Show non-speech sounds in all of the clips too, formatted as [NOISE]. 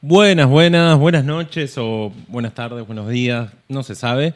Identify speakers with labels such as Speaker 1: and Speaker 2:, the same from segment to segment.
Speaker 1: Buenas, buenas, buenas noches o buenas tardes, buenos días, no se sabe.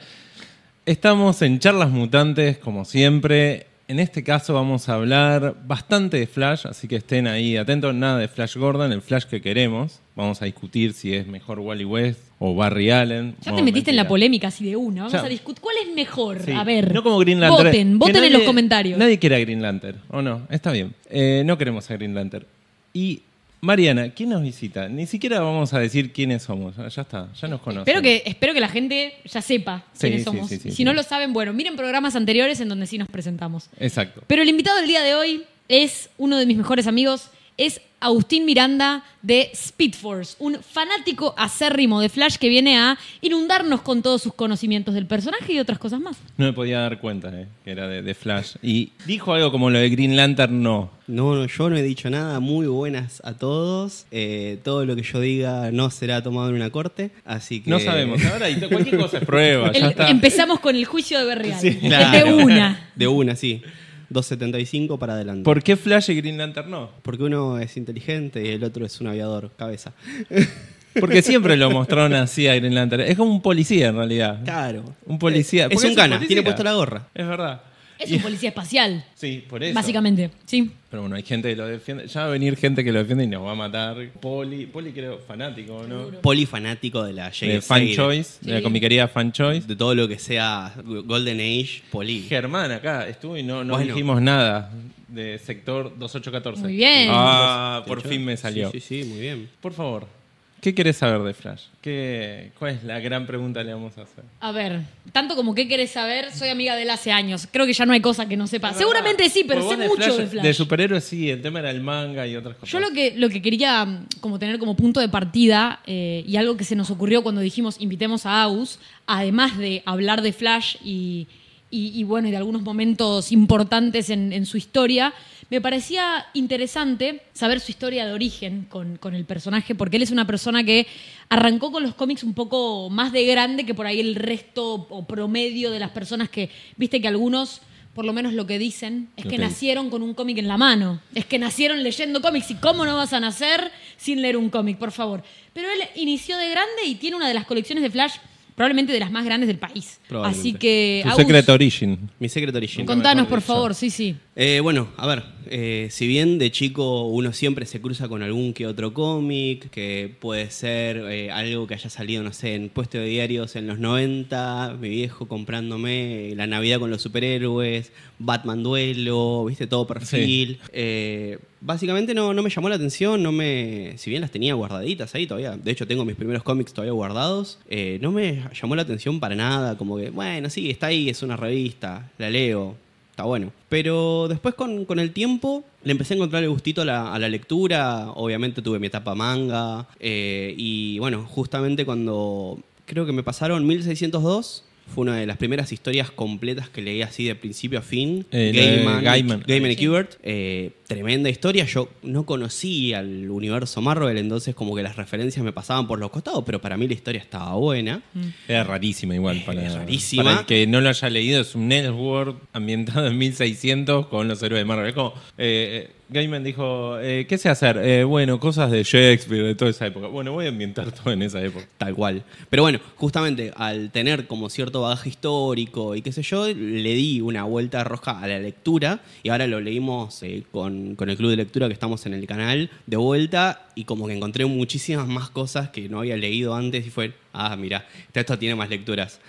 Speaker 1: Estamos en charlas mutantes, como siempre. En este caso vamos a hablar bastante de Flash, así que estén ahí atentos. Nada de Flash Gordon, el Flash que queremos. Vamos a discutir si es mejor Wally West o Barry Allen.
Speaker 2: Ya
Speaker 1: Bueno,
Speaker 2: te metiste en la
Speaker 1: mentira.
Speaker 2: polémica así de una. Vamos
Speaker 1: Ya.
Speaker 2: a discutir cuál es mejor.
Speaker 1: Sí.
Speaker 2: A ver.
Speaker 1: No como Green Lantern. Que
Speaker 2: Voten, voten en
Speaker 1: nadie-
Speaker 2: los comentarios.
Speaker 1: Nadie quiere a Green Lantern, ¿o no? Está bien. Eh, no queremos a Green Lantern. Y, Mariana, ¿quién nos visita? Ni siquiera vamos a decir quiénes somos. Ya ya está, ya nos conocen.
Speaker 2: Espero que, espero que la gente ya sepa
Speaker 1: Sí,
Speaker 2: quiénes
Speaker 1: sí,
Speaker 2: somos.
Speaker 1: sí, sí,
Speaker 2: si
Speaker 1: sí.
Speaker 2: no lo saben, bueno, miren programas anteriores en donde sí nos presentamos.
Speaker 1: Exacto.
Speaker 2: Pero el invitado del día de hoy es uno de mis mejores amigos, es Agustín Miranda de Speed Force, un fanático acérrimo de Flash que viene a inundarnos con todos sus conocimientos del personaje y otras cosas más.
Speaker 1: No me podía dar cuenta eh, que era de, de Flash. Y dijo algo como lo de Green Lantern, no.
Speaker 3: No, no, yo no he dicho nada. Muy buenas a todos. Eh, todo lo que yo diga no será tomado en una corte. Así que.
Speaker 1: No sabemos. Ahora y to- cualquier
Speaker 3: [LAUGHS]
Speaker 1: cosa es prueba, Ah, ya
Speaker 2: El-
Speaker 1: está.
Speaker 2: empezamos con el juicio de Berreal.
Speaker 3: Sí,
Speaker 2: Es
Speaker 3: claro.
Speaker 2: de
Speaker 1: [LAUGHS]
Speaker 2: una.
Speaker 3: De una, sí. 2.75 para adelante.
Speaker 1: ¿Por qué Flash y Green Lantern no?
Speaker 3: Porque uno es inteligente y el otro es un aviador, cabeza.
Speaker 1: Porque siempre lo mostraron así a Green Lantern. Es como un policía en realidad.
Speaker 3: Claro.
Speaker 1: Eh, Un policía.
Speaker 3: Es,
Speaker 1: ¿Por qué
Speaker 3: un gana,
Speaker 1: policía?
Speaker 3: tiene puesta la gorra.
Speaker 1: Es verdad.
Speaker 2: Es
Speaker 1: Y-
Speaker 2: un policía espacial,
Speaker 1: Sí, por eso.
Speaker 2: básicamente. Sí.
Speaker 1: Pero bueno, hay gente que lo defiende. Ya va a venir gente que lo defiende y nos va a matar. Poli, Poli creo fanático, ¿no?
Speaker 3: Polifanático de la JSA.
Speaker 1: De Fan
Speaker 3: de-
Speaker 1: Choice, de la
Speaker 2: Sí.
Speaker 1: comiquería Fan Choice.
Speaker 3: De todo lo que sea Golden Age, poli.
Speaker 1: Germán acá estuvo y no, no
Speaker 3: Bueno.
Speaker 1: dijimos nada de sector 2814.
Speaker 2: Muy bien.
Speaker 1: Ah, por fin me salió.
Speaker 3: Sí, sí, sí, muy bien.
Speaker 1: Por favor, ¿qué querés saber de Flash? ¿Qué, ¿Cuál es la gran pregunta que le vamos a hacer?
Speaker 2: A ver, tanto como qué querés saber, soy amiga de él hace años. Creo que ya no hay cosa que no sepa. Seguramente sí,
Speaker 1: Porque
Speaker 2: pero sé
Speaker 1: Pues vos de
Speaker 2: mucho de Flash.
Speaker 1: De superhéroes sí, el tema era el manga y otras cosas.
Speaker 2: Yo lo que, lo que quería mm, como tener como punto de partida eh, y algo que se nos ocurrió cuando dijimos invitemos a Aus, además de hablar de Flash y, y- y, bueno, y de algunos momentos importantes en, en su historia, me parecía interesante saber su historia de origen con, con el personaje, porque él es una persona que arrancó con los cómics un poco más de grande que por ahí el resto o promedio de las personas que, viste que algunos... Por lo menos lo que dicen es
Speaker 1: Lo
Speaker 2: que
Speaker 1: que
Speaker 2: nacieron nacieron con un cómic en la mano. Es que nacieron leyendo cómics. ¿Y cómo no vas a nacer sin leer un cómic, por favor? Pero él inició de grande y tiene una de las colecciones de Flash, probablemente de las más grandes del país.
Speaker 3: Probablemente.
Speaker 2: Así que.
Speaker 1: Su
Speaker 2: Agus,
Speaker 1: secreto origin.
Speaker 3: Mi secreto original.
Speaker 2: Contanos,
Speaker 1: Mejor
Speaker 2: por
Speaker 1: dicho.
Speaker 2: favor, sí, sí.
Speaker 3: Eh, bueno, a ver, eh, si bien de chico uno siempre se cruza con algún que otro cómic, que puede ser eh, algo que haya salido, no sé, en puesto de diarios en los 90, mi viejo comprándome la Navidad con los superhéroes, Batman Duelo, viste, todo perfil. Eh, básicamente no, no me llamó la atención, no me, si bien las tenía guardaditas ahí todavía, de hecho tengo mis primeros cómics todavía guardados, eh, no me llamó la atención para nada, como que, bueno, sí, está ahí, es una revista, la leo, está bueno. Pero después con, con el tiempo le empecé a encontrar el gustito a la, a la lectura. Obviamente tuve mi etapa manga. eh, y bueno, justamente cuando creo que me pasaron 1602. Fue una de las primeras historias completas que leí así de principio a fin.
Speaker 1: Eh, la de
Speaker 3: Gaiman,
Speaker 1: Gaiman.
Speaker 3: Gaiman y
Speaker 2: Sí.
Speaker 3: Kubert. Eh, tremenda historia. Yo no conocía al universo Marvel, entonces como que las referencias me pasaban por los costados, pero para mí la historia estaba buena.
Speaker 1: Era rarísima igual. Para,
Speaker 3: Es rarísima.
Speaker 1: Para el que no lo haya leído, es un Network ambientado en 1600 con los héroes de Marvel. Es como, eh, eh, Gaiman dijo, eh, ¿qué sé hacer? Eh, bueno, cosas de Shakespeare, de toda esa época. Bueno, voy a ambientar todo en esa época.
Speaker 3: Tal cual. Pero bueno, justamente al tener como cierto bagaje histórico y qué sé yo, le di una vuelta roja a la lectura y ahora lo leímos eh, con, con el club de lectura que estamos en el canal de vuelta y como que encontré muchísimas más cosas que no había leído antes y fue, ah, mira, esto tiene más lecturas.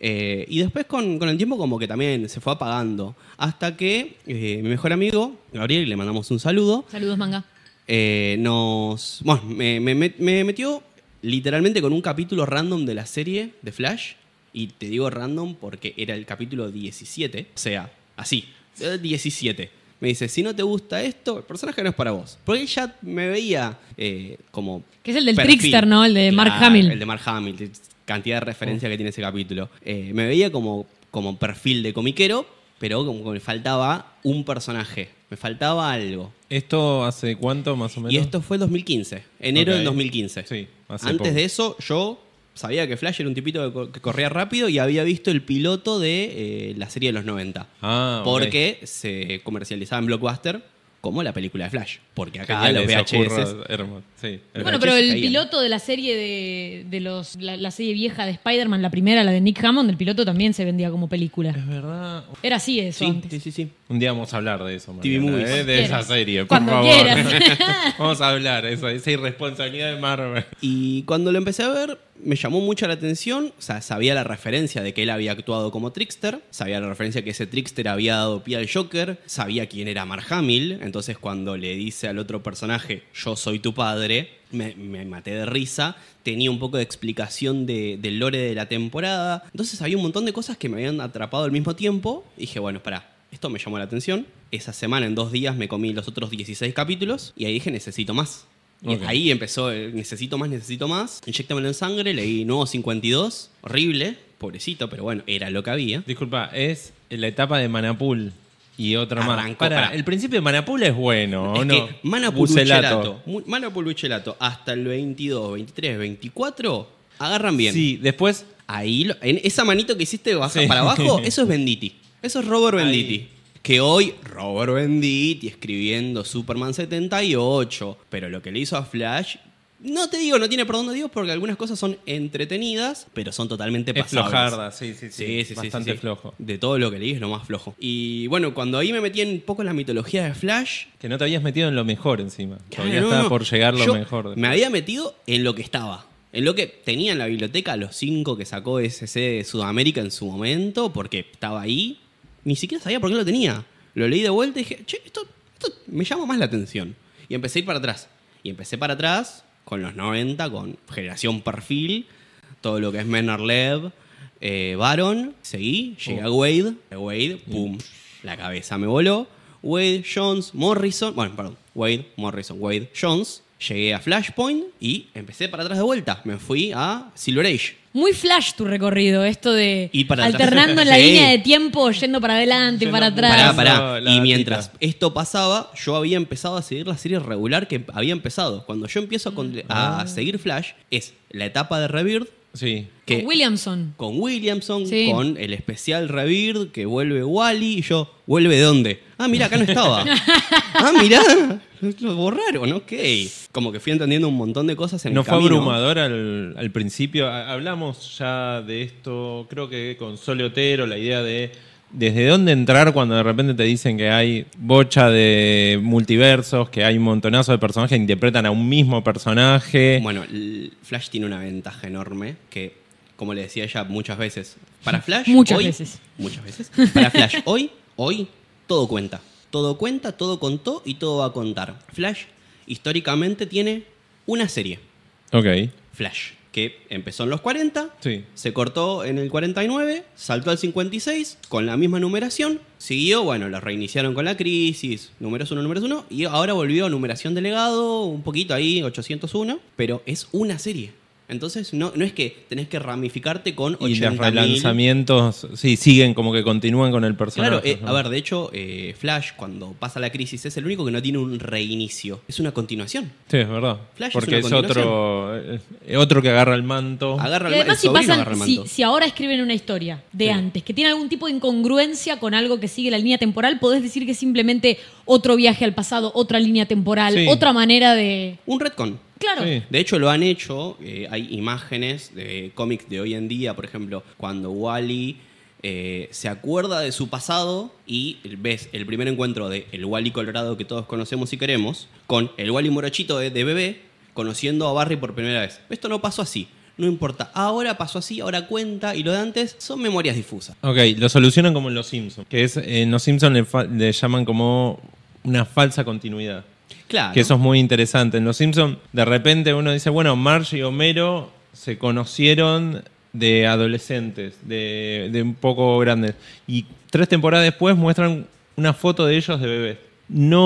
Speaker 3: Eh, y después con, con el tiempo como que también se fue apagando hasta que eh, mi mejor amigo, Gabriel, le mandamos un saludo,
Speaker 2: Saludos, manga.
Speaker 3: eh, nos. Bueno, me, me- me- me metió literalmente con un capítulo random de la serie de Flash. Y te digo random porque era el capítulo 17. O sea, así, eh, 17. Me dice, si no te gusta esto, el personaje no es para vos. Porque él ya me veía eh, como...
Speaker 2: Que es el del Trickster, ¿no? El de Mark Hamill.
Speaker 3: El de Mark Hamill, de- cantidad de referencia que tiene ese capítulo. Eh, me veía como, como perfil de comiquero, pero como que me faltaba un personaje. Me faltaba algo.
Speaker 1: ¿Esto hace cuánto más o menos?
Speaker 3: Y esto fue el 2015, enero
Speaker 1: Ok.
Speaker 3: del 2015.
Speaker 1: Sí, hace
Speaker 3: Antes
Speaker 1: poco.
Speaker 3: de eso, yo sabía que Flash era un tipito que co- que corría rápido y había visto el piloto de eh, la serie de los 90.
Speaker 1: Ah, ok.
Speaker 3: Porque se comercializaba en Blockbuster como la película de Flash, porque acá
Speaker 1: Genial,
Speaker 3: los
Speaker 1: eso,
Speaker 3: VHS
Speaker 1: Curro, hermoso. Sí,
Speaker 2: Bueno,
Speaker 3: VHS
Speaker 2: pero el
Speaker 3: caían.
Speaker 2: piloto de la serie de, de los la, la serie vieja de Spider-Man, la primera, la de Nick Hammond, el piloto también se vendía como película.
Speaker 1: es verdad.
Speaker 2: Era así eso
Speaker 3: Sí,
Speaker 2: antes.
Speaker 3: sí, sí, sí.
Speaker 1: Un día vamos a hablar de eso,
Speaker 3: TV
Speaker 1: Mariana,
Speaker 3: movies.
Speaker 1: ¿eh? de
Speaker 2: Cuando
Speaker 1: esa
Speaker 2: quieras.
Speaker 1: serie, por
Speaker 2: Cuando
Speaker 1: favor.
Speaker 2: [LAUGHS] quieras.
Speaker 1: vamos a hablar de eso, de esa irresponsabilidad de Marvel.
Speaker 3: Y cuando lo empecé a ver, me llamó mucho la atención. O sea, sabía la referencia de que él había actuado como trickster. Sabía la referencia que ese trickster había dado pie al Joker. Sabía quién era Mark Hamill. Entonces, cuando le dice al otro personaje, yo soy tu padre, me, me maté de risa. Tenía un poco de explicación de- del lore de la temporada. Entonces, había un montón de cosas que me habían atrapado al mismo tiempo. Y dije, bueno, espera. Esto me llamó la atención. Esa semana, en dos días, me comí los otros 16 capítulos y ahí dije, necesito más. Y
Speaker 1: Ok.
Speaker 3: Ahí empezó, el necesito más, necesito más. Inyectamelo en sangre, leí Nuevo 52, horrible, pobrecito, pero bueno, era lo que había.
Speaker 1: Disculpa, es la etapa de Manapul y otra más.
Speaker 3: Arrancó,
Speaker 1: Pará,
Speaker 3: pará.
Speaker 1: el principio de Manapul es bueno, ¿o
Speaker 3: es
Speaker 1: no?
Speaker 3: que Manapul
Speaker 1: Bucelato.
Speaker 3: Bucelato, mu- Manapul Bucelato, hasta el 22, 23, 24, agarran bien.
Speaker 1: Sí, después
Speaker 3: Ahí, lo- en esa manito que hiciste baja
Speaker 1: Sí.
Speaker 3: para
Speaker 1: [LAUGHS]
Speaker 3: abajo, eso es Benditti. Eso es Robert
Speaker 1: Ahí.
Speaker 3: Benditti. Que hoy, Robert Benditti escribiendo Superman 78. Pero lo que le hizo a Flash, no te digo, no tiene por dónde digo, porque algunas cosas son entretenidas, pero son totalmente
Speaker 1: es
Speaker 3: pasables.
Speaker 1: flojarda, sí, sí, sí. bastante
Speaker 3: sí.
Speaker 1: flojo.
Speaker 3: De todo lo que leí es lo más flojo. Y bueno, cuando ahí me metí en un poco en la mitología de Flash,
Speaker 1: Que no te habías metido en lo mejor encima. Todavía
Speaker 3: Claro,
Speaker 1: estaba
Speaker 3: no,
Speaker 1: por llegar lo
Speaker 3: yo
Speaker 1: mejor.
Speaker 3: Me había metido en lo que estaba. En lo que tenía en la biblioteca los cinco que sacó SC de Sudamérica en su momento, porque estaba ahí. Ni siquiera sabía por qué lo tenía. Lo leí de vuelta y dije, che, esto, esto me llama más la atención. Y empecé a ir para atrás. Y empecé para atrás con los 90, con Generación Perfil, todo lo que es Menor Lev, eh, Baron. Seguí, llegué a Wade. A Wade, pum, la cabeza me voló. Wade, Jones, Morrison. Bueno, perdón. Wade, Morrison, Wade, Jones. Llegué a Flashpoint y empecé para atrás de vuelta. Me fui a Silver Age.
Speaker 2: Muy flash tu recorrido, esto de
Speaker 3: Ir para atrás.
Speaker 2: alternando en la
Speaker 3: [LAUGHS] Sí.
Speaker 2: línea de tiempo, yendo para adelante,
Speaker 1: Yendo
Speaker 2: para
Speaker 1: para
Speaker 2: atrás.
Speaker 3: Pará,
Speaker 1: Tras-
Speaker 3: pará.
Speaker 1: No, la
Speaker 3: Y mientras
Speaker 1: gatita.
Speaker 3: esto pasaba, yo había empezado a seguir la serie regular que había empezado. Cuando yo empiezo a, con- a seguir Flash, es la etapa de Rebirth.
Speaker 1: Sí.
Speaker 3: Que
Speaker 2: Con Williamson.
Speaker 3: con Williamson,
Speaker 2: Sí.
Speaker 3: con el especial Rebirth, que vuelve Wally, y yo, ¿vuelve de dónde? Ah, mira, acá no estaba.
Speaker 2: [LAUGHS]
Speaker 3: ah, mirá, lo borraron, ok. Como que fui entendiendo un montón de cosas en
Speaker 1: ¿No
Speaker 3: el
Speaker 1: fue
Speaker 3: camino.
Speaker 1: abrumador al, al principio? Ha- Hablamos ya de esto, creo que con Sole Otero, la idea de desde dónde entrar cuando de repente te dicen que hay bocha de multiversos, que hay un montonazo de personajes que interpretan a un mismo personaje.
Speaker 3: Bueno, l- Flash tiene una ventaja enorme que, como le decía ella muchas veces, para
Speaker 2: [LAUGHS]
Speaker 3: Flash.
Speaker 2: Muchas
Speaker 3: hoy-
Speaker 2: veces.
Speaker 3: Muchas veces. Para Flash, hoy, hoy, todo cuenta. Todo cuenta, todo contó y todo va a contar. Flash, históricamente, tiene una serie,
Speaker 1: ok,
Speaker 3: Flash, que empezó en los 40,
Speaker 1: sí.
Speaker 3: se cortó en el 49, saltó al 56 con la misma numeración. Siguió, bueno, lo reiniciaron con la crisis, números 1, números 1. Y ahora volvió a numeración delegado, un poquito ahí, 801. Pero es una serie. Entonces, no, no es que tenés que ramificarte con
Speaker 1: Y los
Speaker 3: 80.000.
Speaker 1: relanzamientos, sí, siguen como que continúan con el personaje.
Speaker 3: Claro, eh,
Speaker 1: ¿no?
Speaker 3: a ver, de hecho, eh, Flash, cuando pasa la crisis, es el único que no tiene un reinicio. Es una continuación.
Speaker 1: Sí, es verdad.
Speaker 3: Flash es
Speaker 1: Porque es,
Speaker 3: una
Speaker 1: otro eh, otro que agarra el manto.
Speaker 3: Agarra
Speaker 2: Y
Speaker 3: el,
Speaker 2: además
Speaker 3: el
Speaker 2: si
Speaker 3: sobrino
Speaker 2: pasan,
Speaker 3: agarra el
Speaker 2: si,
Speaker 3: manto.
Speaker 2: si ahora escriben una historia de antes, que tiene algún tipo de incongruencia con algo que sigue la línea temporal, podés decir que es simplemente otro viaje al pasado, otra línea temporal,
Speaker 1: Sí.
Speaker 2: otra manera de...
Speaker 3: Un retcon.
Speaker 2: Claro.
Speaker 1: Sí.
Speaker 3: De hecho, lo han hecho. eh, hay imágenes de cómics de hoy en día, por ejemplo, cuando Wally eh, se acuerda de su pasado y ves el primer encuentro de el Wally colorado que todos conocemos y queremos con el Wally morochito de, de bebé conociendo a Barry por primera vez. Esto no pasó así. No importa. Ahora pasó así, ahora cuenta y lo de antes son memorias difusas.
Speaker 1: Ok, lo solucionan como en Los Simpsons. Que es, en Los Simpsons le, fa- le llaman como una falsa continuidad.
Speaker 3: Claro.
Speaker 1: Que eso es muy interesante. En Los Simpsons, de repente uno dice, bueno, Marge y Homero se conocieron de adolescentes, de, de un poco grandes. Y tres temporadas después muestran una foto de ellos de bebés.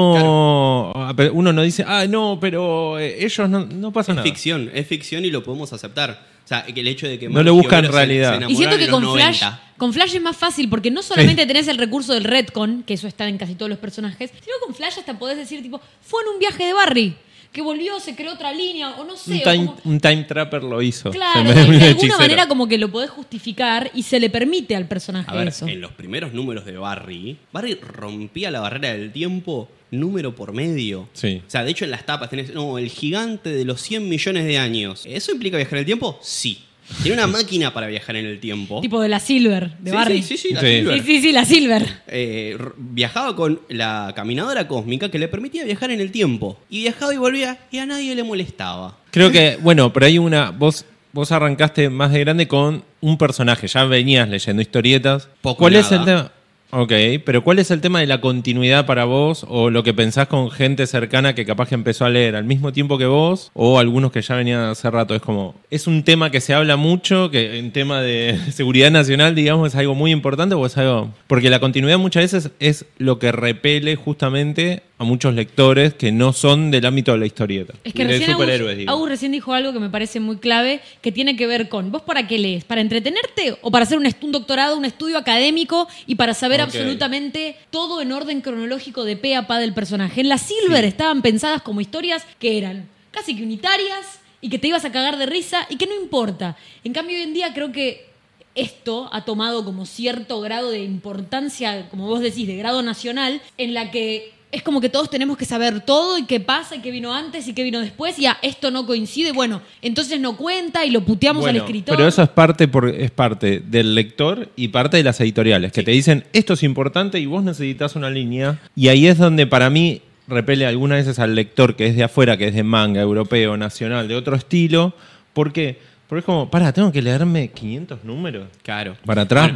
Speaker 1: No, pero uno no dice, ah, no, pero eh, ellos no, no pasa
Speaker 3: Es
Speaker 1: nada.
Speaker 3: ficción, es ficción y lo podemos aceptar. O sea, que el hecho de que
Speaker 1: No lo
Speaker 3: Marge y
Speaker 1: buscan
Speaker 3: Homero se-
Speaker 1: realidad.
Speaker 3: se
Speaker 1: Y
Speaker 2: Y siento
Speaker 3: enamoraron
Speaker 2: que
Speaker 3: en los
Speaker 2: con Flash,
Speaker 3: 90.
Speaker 2: con Flash es más fácil, porque no solamente tenés el recurso del retcon, que eso está en casi todos los personajes, sino con Flash hasta podés decir, tipo, fue en un viaje de Barry. que volvió, se creó otra línea, o no sé.
Speaker 1: Un
Speaker 2: o
Speaker 1: time,
Speaker 2: como-
Speaker 1: un time trapper lo hizo. Se
Speaker 2: Claro, de,
Speaker 1: me- un
Speaker 2: de alguna
Speaker 1: hechicero.
Speaker 2: manera como que lo podés justificar y se le permite al personaje
Speaker 3: A ver,
Speaker 2: eso.
Speaker 3: en los primeros números de Barry, Barry rompía la barrera del tiempo número por medio.
Speaker 1: Sí.
Speaker 3: O sea, de hecho en las tapas tenés, no, el gigante de los 100 millones de años. ¿Eso implica viajar en el tiempo? Sí. Tiene
Speaker 1: [LAUGHS]
Speaker 3: una máquina para viajar en el tiempo.
Speaker 2: Tipo de la Silver, de
Speaker 3: sí,
Speaker 2: Barry.
Speaker 3: sí, sí, sí, la
Speaker 1: Sí.
Speaker 3: Silver.
Speaker 2: sí, sí, sí, la Silver.
Speaker 3: Eh, r- viajaba con la caminadora cósmica que le permitía viajar en el tiempo. Y viajaba y volvía y a nadie le molestaba.
Speaker 1: Creo que, bueno, pero hay una. Vos, vos arrancaste más de grande con un personaje. Ya venías leyendo historietas.
Speaker 3: Poco
Speaker 1: ¿Cuál es
Speaker 3: nada.
Speaker 1: el tema? Ok, pero ¿cuál es el tema de la continuidad para vos o lo que pensás con gente cercana que capaz que empezó a leer al mismo tiempo que vos o algunos que ya venían hace rato? Es como, es un tema que se habla mucho, que en tema de [LAUGHS] seguridad nacional, digamos, es algo muy importante o es algo... Porque la continuidad muchas veces es lo que repele justamente a muchos lectores que no son del ámbito de la historieta.
Speaker 2: Es que
Speaker 1: de
Speaker 2: recién Agus,
Speaker 1: superhéroes, digo.
Speaker 2: Agus recién dijo algo que me parece muy clave, que tiene que ver con, ¿vos para qué lees? ¿Para entretenerte o para hacer un, est- un doctorado, un estudio académico y para saber
Speaker 1: Ok.
Speaker 2: absolutamente todo en orden cronológico de pe a pa del personaje? En la Silver estaban pensadas como historias que eran casi que unitarias y que te ibas a cagar de risa y que no importa. En cambio, hoy en día creo que esto ha tomado como cierto grado de importancia, como vos decís, de grado nacional, en la que es como que todos tenemos que saber todo y qué pasa y qué vino antes y qué vino después y ah, esto no coincide, bueno, entonces no cuenta y lo puteamos
Speaker 1: Bueno,
Speaker 2: al escritor.
Speaker 1: Pero eso es parte, por, es parte del lector y parte de las editoriales, que te dicen esto es importante y vos necesitas una línea. Y ahí es donde para mí repele algunas veces al lector que es de afuera, que es de manga, europeo, nacional, de otro estilo. ¿Por qué? Porque es como, para, tengo que leerme 500 números.
Speaker 3: Claro.
Speaker 1: Para atrás.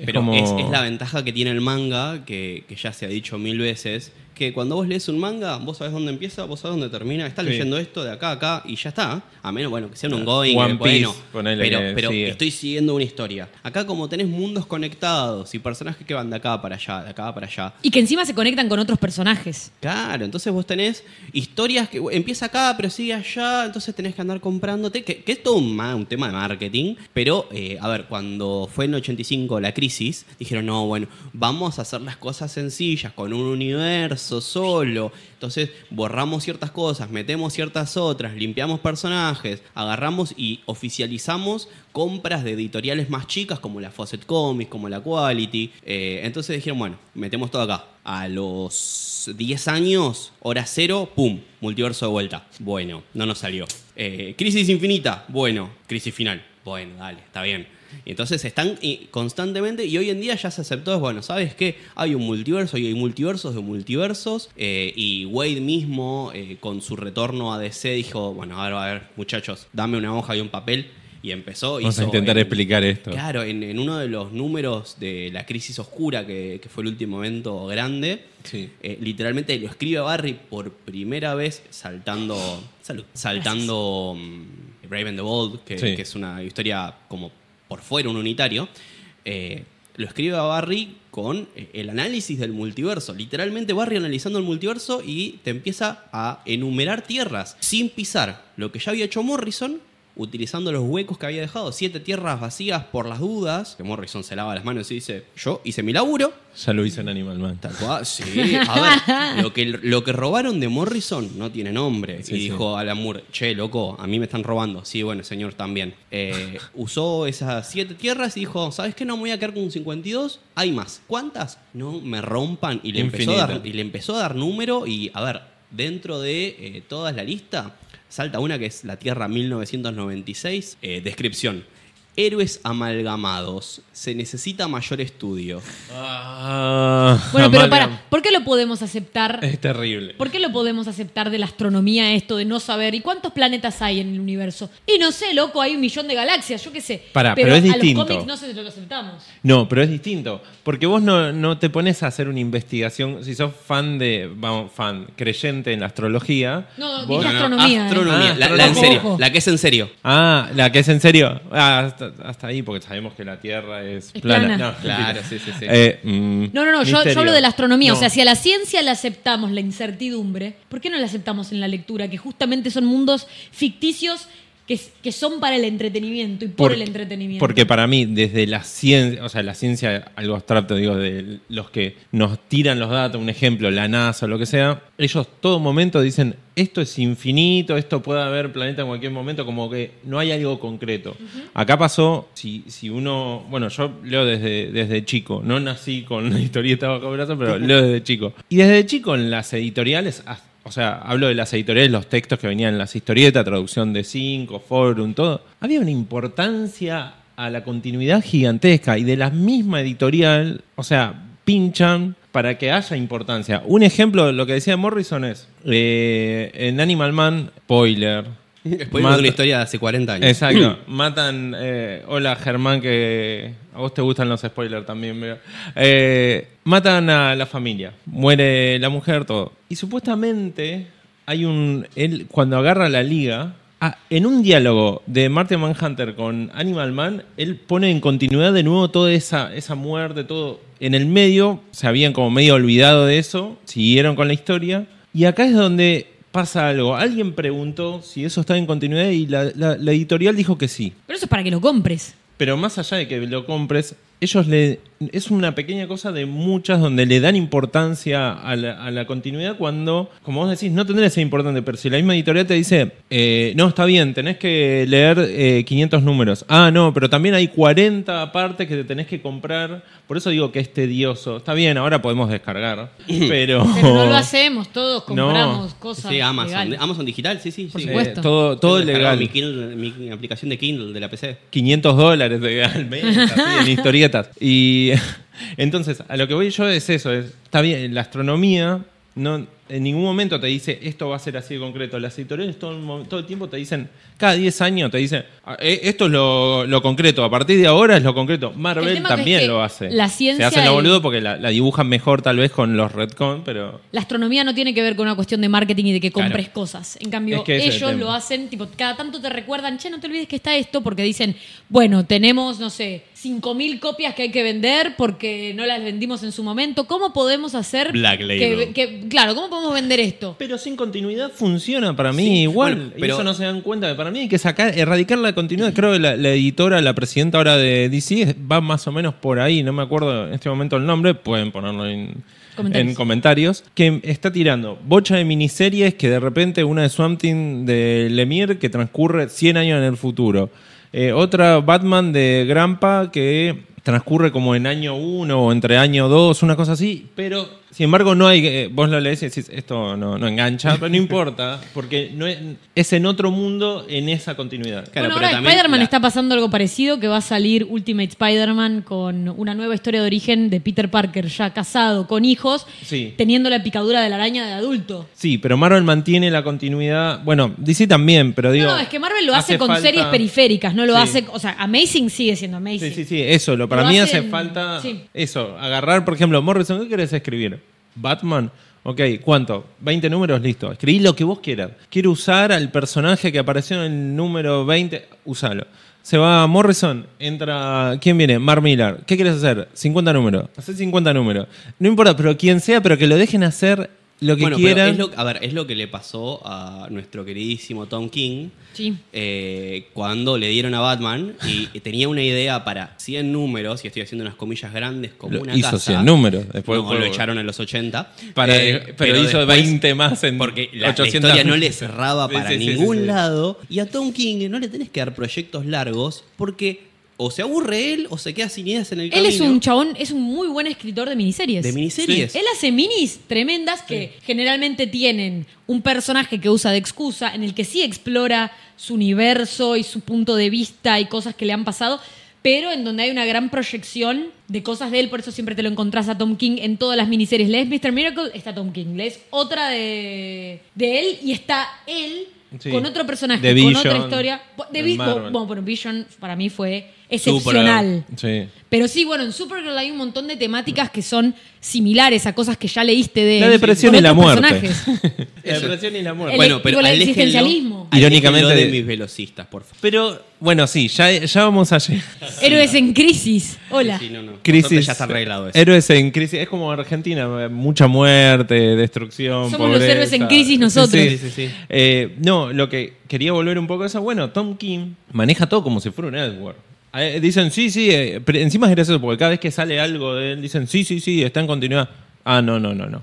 Speaker 1: es
Speaker 3: Pero
Speaker 1: como-
Speaker 3: es, es la ventaja que tiene el manga, que, que ya se ha dicho mil veces, que cuando vos lees un manga, vos sabés dónde empieza, vos sabés dónde termina, estás
Speaker 1: Sí. Ah,
Speaker 3: leyendo esto de acá a acá y ya está. A menos, bueno, que sea un ongoing,
Speaker 1: One
Speaker 3: que, bueno,
Speaker 1: Piece, ponele
Speaker 3: pero,
Speaker 1: que
Speaker 3: pero
Speaker 1: sigue.
Speaker 3: estoy siguiendo una historia. Acá como tenés mundos conectados y personajes que van de acá para allá, de acá para allá.
Speaker 2: Y que encima se conectan con otros
Speaker 1: [LAUGHS]
Speaker 2: personajes.
Speaker 3: Claro, entonces vos tenés historias que bueno, empieza acá, pero sigue allá, entonces tenés que andar comprándote, que, que es todo un, ma- un tema de marketing, pero eh, a ver, cuando fue en 85 la crisis, dijeron, no, bueno, vamos a hacer las cosas sencillas, con un universo solo, entonces borramos ciertas cosas, metemos ciertas otras, limpiamos personajes, agarramos y oficializamos compras de editoriales más chicas como la Fawcett Comics, como la Quality, eh, entonces dijeron, bueno, metemos todo acá. A los 10 años, hora cero, pum, multiverso de vuelta. Bueno, no nos salió. Eh, crisis infinita, bueno, crisis final. Bueno, dale, está bien. Y entonces están eh, constantemente, y hoy en día ya se aceptó, bueno, ¿sabes qué? Hay un multiverso y hay multiversos de multiversos, eh, y Wade mismo, eh, con su retorno a DC, dijo, bueno, a ver, a ver, muchachos, dame una hoja y un papel, y empezó.
Speaker 1: Vamos a
Speaker 3: hizo
Speaker 1: intentar
Speaker 3: el-
Speaker 1: explicar esto.
Speaker 3: Claro, en, en uno de los números de la crisis oscura, que, que fue el último evento grande,
Speaker 1: Sí.
Speaker 3: eh, literalmente lo escribe Barry por primera vez saltando salud, saltando mm, Brave and the Bold, que,
Speaker 1: Sí.
Speaker 3: que es una historia como por fuera, un unitario. eh, lo escribe a Barry con eh, el análisis del multiverso. Literalmente Barry analizando el multiverso y te empieza a enumerar tierras sin pisar lo que ya había hecho Morrison, utilizando los huecos que había dejado. Siete tierras vacías por las dudas. Que Morrison se lava las manos y dice, yo hice mi laburo,
Speaker 1: Ya lo hizo en Animal Man.
Speaker 3: Tal cual, sí. A ver, lo que, lo que robaron de Morrison no tiene nombre.
Speaker 1: Sí,
Speaker 3: y
Speaker 1: sí.
Speaker 3: dijo Alan Moore, che, loco, a mí me están robando. Sí, bueno, señor, también. Eh, usó esas siete tierras y dijo, ¿sabes qué? No me voy a quedar con un 52. Hay más. ¿Cuántas? No me rompan. Y le, empezó a, dar,
Speaker 1: Infinito.
Speaker 3: y le empezó a dar número y, a ver, dentro de eh, toda la lista, salta una que es la Tierra 1996. Eh, descripción. Héroes amalgamados. Se necesita mayor estudio.
Speaker 2: Bueno, pero
Speaker 1: para
Speaker 2: para, ¿por qué lo podemos aceptar?
Speaker 1: Ah, Es terrible.
Speaker 2: ¿Por qué lo podemos aceptar de la astronomía esto de no saber y cuántos planetas hay en el universo? Y no sé, loco, hay un millón de galaxias, yo qué sé.
Speaker 1: Pará, pero es
Speaker 2: a
Speaker 1: distinto.
Speaker 2: los cómics no se lo aceptamos.
Speaker 1: No, pero es distinto. Porque vos no, no te pones a hacer una investigación. Si sos fan de. Vamos, fan, creyente en la astrología.
Speaker 2: No, no,
Speaker 1: vos-
Speaker 2: dije astronomía,
Speaker 1: ¿eh?
Speaker 3: La, la
Speaker 1: Astronomía.
Speaker 3: en serio.
Speaker 2: Ojo.
Speaker 3: La que es en serio.
Speaker 1: Ah, la que es en serio. Ah, hasta, hasta ahí, porque sabemos que la Tierra es,
Speaker 2: Es
Speaker 1: plana.
Speaker 2: plana.
Speaker 1: No,
Speaker 3: Claro,
Speaker 1: mentira.
Speaker 3: sí, sí, sí.
Speaker 1: Eh, mm,
Speaker 2: No, no, no, yo, yo
Speaker 1: misterio.
Speaker 2: hablo de la astronomía.
Speaker 1: No.
Speaker 2: O sea, si a la ciencia la aceptamos, la incertidumbre, ¿por qué no la aceptamos en la lectura? Que justamente son mundos ficticios que, s- que son para el entretenimiento y por, el entretenimiento.
Speaker 1: Porque para mí, desde la ciencia, o sea, la ciencia, algo abstracto, digo, de los que nos tiran los datos, un ejemplo, la NASA o lo que sea, ellos todo momento dicen, esto es infinito, esto puede haber planeta en cualquier momento, como que no hay algo concreto. Acá pasó, si, si uno, bueno, yo leo desde, desde chico, no nací con la [LAUGHS] historieta bajo el brazo,
Speaker 2: [LAUGHS]
Speaker 1: pero leo desde chico. Y desde chico en las editoriales, as- o sea, hablo de las editoriales, los textos que venían en las historietas, traducción de cinco, forum, todo. Había una importancia a la continuidad gigantesca y de la misma editorial, o sea, pinchan para que haya importancia. Un ejemplo de lo que decía Morrison es, eh, en Animal Man, spoiler.
Speaker 3: Después
Speaker 1: mata-
Speaker 3: de una historia de hace 40 años.
Speaker 1: Exacto. [CLEARS THROAT] Matan. eh, hola, Germán, que a vos te gustan los spoilers también, veo. Eh, matan a la familia. Muere la mujer, todo. Y supuestamente hay un. Él, cuando agarra la liga. ah, en un diálogo de Martin Manhunter con Animal Man, él pone en continuidad de nuevo toda esa, esa muerte, todo. En el medio, se habían como medio olvidado de eso, siguieron con la historia. Y acá es donde pasa algo. Alguien preguntó si eso está en continuidad y la, la- la editorial dijo que sí.
Speaker 2: Pero eso es para que
Speaker 1: [LAUGHS]
Speaker 2: lo compres.
Speaker 1: Pero más allá de que lo compres, ellos le. Es una pequeña cosa de muchas donde le dan importancia a la, a la continuidad cuando, como vos decís, no tendría que ser importante, pero si la misma editorial te dice, eh, no, está bien, tenés que leer eh, 500 números. Ah, no, pero también hay 40 partes que te tenés que comprar. Por eso digo que es tedioso. Está bien, ahora podemos descargar, pero.
Speaker 2: Pero
Speaker 1: [LAUGHS]
Speaker 2: no lo hacemos, todos
Speaker 1: No.
Speaker 2: compramos cosas.
Speaker 3: Sí, Amazon.
Speaker 2: legales.
Speaker 3: Amazon digital, sí, sí. Por
Speaker 1: Eh,
Speaker 2: supuesto.
Speaker 1: todo todo legal.
Speaker 3: Mi, Kindle- mi aplicación de Kindle de la PC.
Speaker 1: 500 dólares de- al mes así,
Speaker 2: [LAUGHS]
Speaker 1: en historietas. Y [LAUGHS] entonces, a lo que voy yo es eso, es, está bien, la astronomía no, en ningún momento te dice esto va a ser así de concreto. Las editoriales todo el, mo- todo el tiempo te dicen, cada 10 años te dicen, "Ah, eh, esto es lo, lo concreto, a partir de ahora es lo concreto.
Speaker 2: El
Speaker 1: Marvel
Speaker 2: tema que es
Speaker 1: también
Speaker 2: que
Speaker 1: lo hace.
Speaker 2: la ciencia
Speaker 1: Se hacen la
Speaker 2: y-
Speaker 1: boludo porque la, la dibujan mejor tal vez con los Redcon, pero...
Speaker 2: La astronomía no tiene que ver con una cuestión de marketing y de que compres
Speaker 1: Claro.
Speaker 2: cosas. En cambio,
Speaker 1: Es que ese es el
Speaker 2: ellos
Speaker 1: tema.
Speaker 2: lo hacen, tipo, cada tanto te recuerdan, che, no te olvides que está esto, porque dicen, bueno, tenemos, no sé, 5.000 copias que hay que vender porque no las vendimos en su momento. ¿Cómo podemos hacer.
Speaker 3: Black
Speaker 2: que,
Speaker 3: label.
Speaker 2: que- Claro, ¿cómo podemos vender esto?
Speaker 1: Pero sin continuidad funciona para mí
Speaker 3: Sí,
Speaker 1: igual.
Speaker 3: bueno,
Speaker 1: Y
Speaker 3: pero-
Speaker 1: eso no se dan cuenta. Para mí hay que sacar, erradicar la continuidad. Creo que la, la editora, la presidenta ahora de DC es- va más o menos por ahí. No me acuerdo en este momento el nombre. Pueden ponerlo en
Speaker 2: Comentarios.
Speaker 1: en comentarios. Que está tirando bocha de miniseries que de repente una de Swamp Thing de Lemire que transcurre 100 años en el futuro. Eh, otra Batman de Grampa que transcurre como en año 1 o entre año 2, una cosa así, pero sin embargo no hay, eh, vos lo lees y decís, esto no, no engancha, pero no importa, porque no es, es en otro mundo en esa continuidad.
Speaker 3: Claro,
Speaker 2: bueno,
Speaker 3: pero
Speaker 2: ahora
Speaker 3: también
Speaker 2: Spider-Man
Speaker 3: la-
Speaker 2: está pasando algo parecido, que va a salir Ultimate Spider-Man con una nueva historia de origen de Peter Parker, ya casado, con hijos,
Speaker 1: Sí.
Speaker 2: teniendo la picadura de la araña de adulto.
Speaker 1: Sí, pero Marvel mantiene la continuidad, bueno, DC también, pero digo...
Speaker 2: No, no, es que Marvel lo hace, con
Speaker 1: falta-
Speaker 2: series periféricas, no lo
Speaker 1: Sí.
Speaker 2: hace, o sea, Amazing sigue siendo Amazing.
Speaker 1: Sí, sí, sí, eso. Lo, para
Speaker 2: Lo
Speaker 1: mí
Speaker 2: hacen-
Speaker 1: hace falta
Speaker 2: sí.
Speaker 1: eso. Agarrar, por ejemplo, Morrison, ¿qué querés escribir? Batman. Ok, ¿cuánto? 20 números, listo. Escribí lo que vos quieras. Quiero usar al personaje que apareció en el número 20, usalo. Se va Morrison, entra. ¿Quién viene? Mar Millar. ¿Qué quieres hacer? 50 números. Hacer 50 números. No importa, pero quien sea, pero que lo dejen hacer lo que
Speaker 3: Bueno, pero
Speaker 1: quieran.
Speaker 3: es lo- a ver, es lo que le pasó a nuestro queridísimo Tom King
Speaker 2: Sí.
Speaker 3: eh, cuando le dieron a Batman y, y tenía una idea para 100 números, y estoy haciendo unas comillas grandes como
Speaker 1: Lo
Speaker 3: una
Speaker 1: hizo
Speaker 3: casa.
Speaker 1: 100 números, después
Speaker 3: No,
Speaker 1: fue-
Speaker 3: lo echaron en los 80.
Speaker 1: Para-
Speaker 3: eh,
Speaker 1: pero, hizo
Speaker 3: después-
Speaker 1: 20 más en
Speaker 3: Porque la, la
Speaker 1: 800.
Speaker 3: historia no le cerraba
Speaker 1: Sí,
Speaker 3: para
Speaker 1: sí, sí,
Speaker 3: ningún
Speaker 1: sí, sí.
Speaker 3: lado. Y a Tom King no le tenés que dar proyectos largos porque o se aburre él o se queda sin ideas en el
Speaker 2: Él
Speaker 3: camino.
Speaker 2: es un chabón, es un muy buen escritor de miniseries.
Speaker 3: De miniseries.
Speaker 2: Él hace minis tremendas que generalmente tienen un personaje que usa de excusa, en el que sí explora su universo y su punto de vista y cosas que le han pasado, pero en donde hay una gran proyección de cosas de él, por eso siempre te lo encontrás a Tom King en todas las miniseries. Lees Mr. Miracle, está Tom King. Lees otra de, de él y está él
Speaker 1: Sí.
Speaker 2: con otro personaje,
Speaker 1: The
Speaker 2: con otra
Speaker 1: Vision,
Speaker 2: historia. De
Speaker 1: en
Speaker 2: Vi-
Speaker 1: Marvel.
Speaker 2: bueno, pero Vision para mí fue excepcional.
Speaker 1: Sí.
Speaker 2: Pero sí, bueno, en Supergirl hay un montón de temáticas que son similares a cosas que ya leíste de
Speaker 1: La depresión
Speaker 2: con
Speaker 1: y la
Speaker 2: otros
Speaker 1: muerte. [LAUGHS]
Speaker 2: personajes.
Speaker 1: La depresión y la muerte.
Speaker 2: El- digo, el existencialismo.
Speaker 1: Irónicamente
Speaker 3: Irónicamente de
Speaker 1: de-
Speaker 3: mis velocistas, por favor.
Speaker 1: Pero bueno, sí, ya, ya vamos a llegar.
Speaker 2: Héroes en crisis. Hola.
Speaker 3: Sí, no, no. Nosotros
Speaker 1: Crisis.
Speaker 3: ya está arreglado eso.
Speaker 1: Héroes en crisis. Es como Argentina, mucha muerte, destrucción.
Speaker 2: Somos los
Speaker 1: pobreza.
Speaker 2: héroes en crisis nosotros.
Speaker 1: Sí, sí. Eh, no, no, lo que quería volver un poco a eso, bueno, Tom Kim maneja todo como si fuera un Edward. Eh, Dicen, sí, sí, eh, pero encima es gracioso porque cada vez que sale algo de él, dicen, sí, sí, sí, está en continuidad. Ah, no, no, no,
Speaker 2: [LAUGHS]
Speaker 1: no.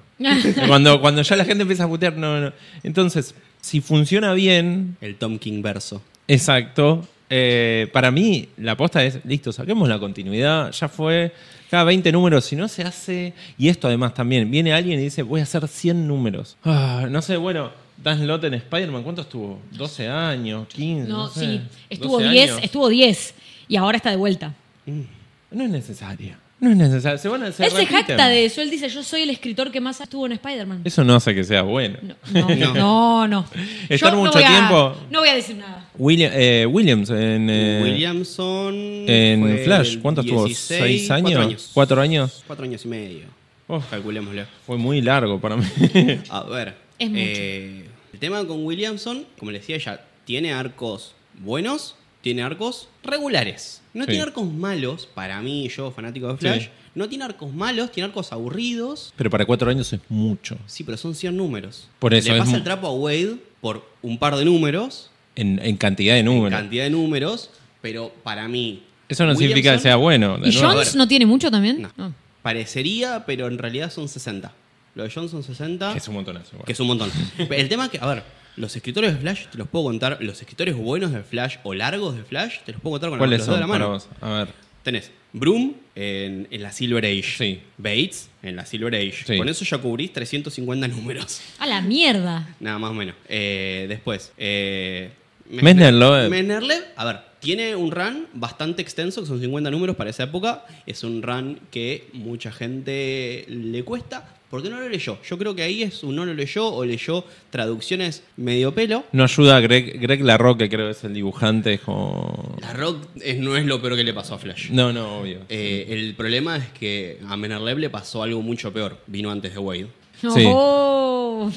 Speaker 1: cuando, cuando ya la gente empieza a putear, no, no. Entonces, si funciona bien,
Speaker 3: El Tom King verso.
Speaker 1: exacto, eh, para mí la aposta es, listo, saquemos la continuidad, ya fue, cada 20 números, si no se hace, y esto además también, viene alguien y dice, voy a hacer 100 números. Ah, no sé, bueno, Dan Lot en Spider-Man, ¿cuánto estuvo? ¿12 años? ¿15?
Speaker 2: No,
Speaker 1: No, sé,
Speaker 2: sí. Estuvo
Speaker 1: 12
Speaker 2: 10,
Speaker 1: años.
Speaker 2: estuvo 10. Y ahora está de vuelta.
Speaker 1: No es necesario, no es necesario. Se van a, se
Speaker 2: él se
Speaker 1: repiten.
Speaker 2: jacta de eso. Él dice, yo soy el escritor que más estuvo en Spider-Man.
Speaker 1: Eso no hace que sea bueno. [LAUGHS]
Speaker 2: No, no, no. no.
Speaker 1: Estar
Speaker 2: Yo no
Speaker 1: mucho
Speaker 2: voy a-
Speaker 1: tiempo-
Speaker 2: No voy a decir nada.
Speaker 1: William- eh, Williams en... eh,
Speaker 3: Uh, Williamson.
Speaker 1: en
Speaker 3: fue
Speaker 1: Flash,
Speaker 3: el
Speaker 1: ¿cuánto estuvo?
Speaker 3: 16,
Speaker 1: ¿Seis
Speaker 3: cuatro
Speaker 1: años? ¿Cuatro años?
Speaker 3: Cuatro años y medio.
Speaker 1: Oh.
Speaker 3: Calculémoslo.
Speaker 1: Fue muy largo para mí. [LAUGHS]
Speaker 3: A ver.
Speaker 2: Es mucho.
Speaker 3: eh, el tema con Williamson, como le decía ella, tiene arcos buenos, tiene arcos regulares. No
Speaker 1: Sí.
Speaker 3: tiene arcos malos, para mí, yo, fanático de Flash,
Speaker 1: Sí.
Speaker 3: no tiene arcos malos, tiene arcos aburridos.
Speaker 1: Pero para cuatro años es mucho.
Speaker 3: Sí, pero son 100 números.
Speaker 1: Por eso
Speaker 3: Le
Speaker 1: es
Speaker 3: pasa
Speaker 1: mu-
Speaker 3: el trapo a Wade por un par de números,
Speaker 1: En, en cantidad de números.
Speaker 3: cantidad de números, pero para mí.
Speaker 1: Eso no significa que
Speaker 3: Williamson-
Speaker 1: sea bueno. de
Speaker 2: ¿Y
Speaker 1: nuevo.
Speaker 2: Jones no tiene mucho también?
Speaker 3: No.
Speaker 2: No.
Speaker 3: Parecería, pero en realidad son 60. Lo de Johnson 60.
Speaker 1: Que es un montonazo. igual.
Speaker 3: Que es
Speaker 1: [LAUGHS]
Speaker 3: un montón. El tema que, a ver, los escritores de Flash, te los puedo contar, los escritores buenos de Flash o largos de Flash, te los puedo contar con
Speaker 1: ¿Cuáles
Speaker 3: los
Speaker 1: son
Speaker 3: dedos de la
Speaker 1: para
Speaker 3: mano.
Speaker 1: vos? A ver.
Speaker 3: Tenés Broom en, en la Silver Age.
Speaker 1: Sí.
Speaker 3: Bates en la Silver Age.
Speaker 1: Sí.
Speaker 3: Con eso ya cubrís 350 números.
Speaker 2: A la mierda.
Speaker 3: Nada más o menos. Eh, después. Eh,
Speaker 1: Messner-Loeb.
Speaker 3: Messner-Loeb, a ver, tiene un run bastante extenso, que son 50 números para esa época. Es un run que mucha gente le cuesta. porque no lo leyó? Yo creo que ahí es un no lo leyó o leyó traducciones medio pelo.
Speaker 1: No ayuda a Greg, Greg Larroque, creo que es el dibujante. es como-
Speaker 3: La rock es- no es lo peor que le pasó a Flash.
Speaker 1: No, no, obvio.
Speaker 3: Eh, el problema es que a Messner-Loeb le pasó algo mucho peor. Vino antes de Wade.
Speaker 2: No.
Speaker 1: Sí.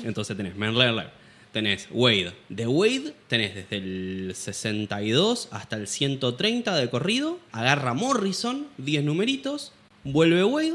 Speaker 3: Entonces tenés Merler, tenés Wade. De Wade tenés desde el 62 hasta el 130 de corrido. Agarra Morrison, 10 numeritos. Vuelve Wade,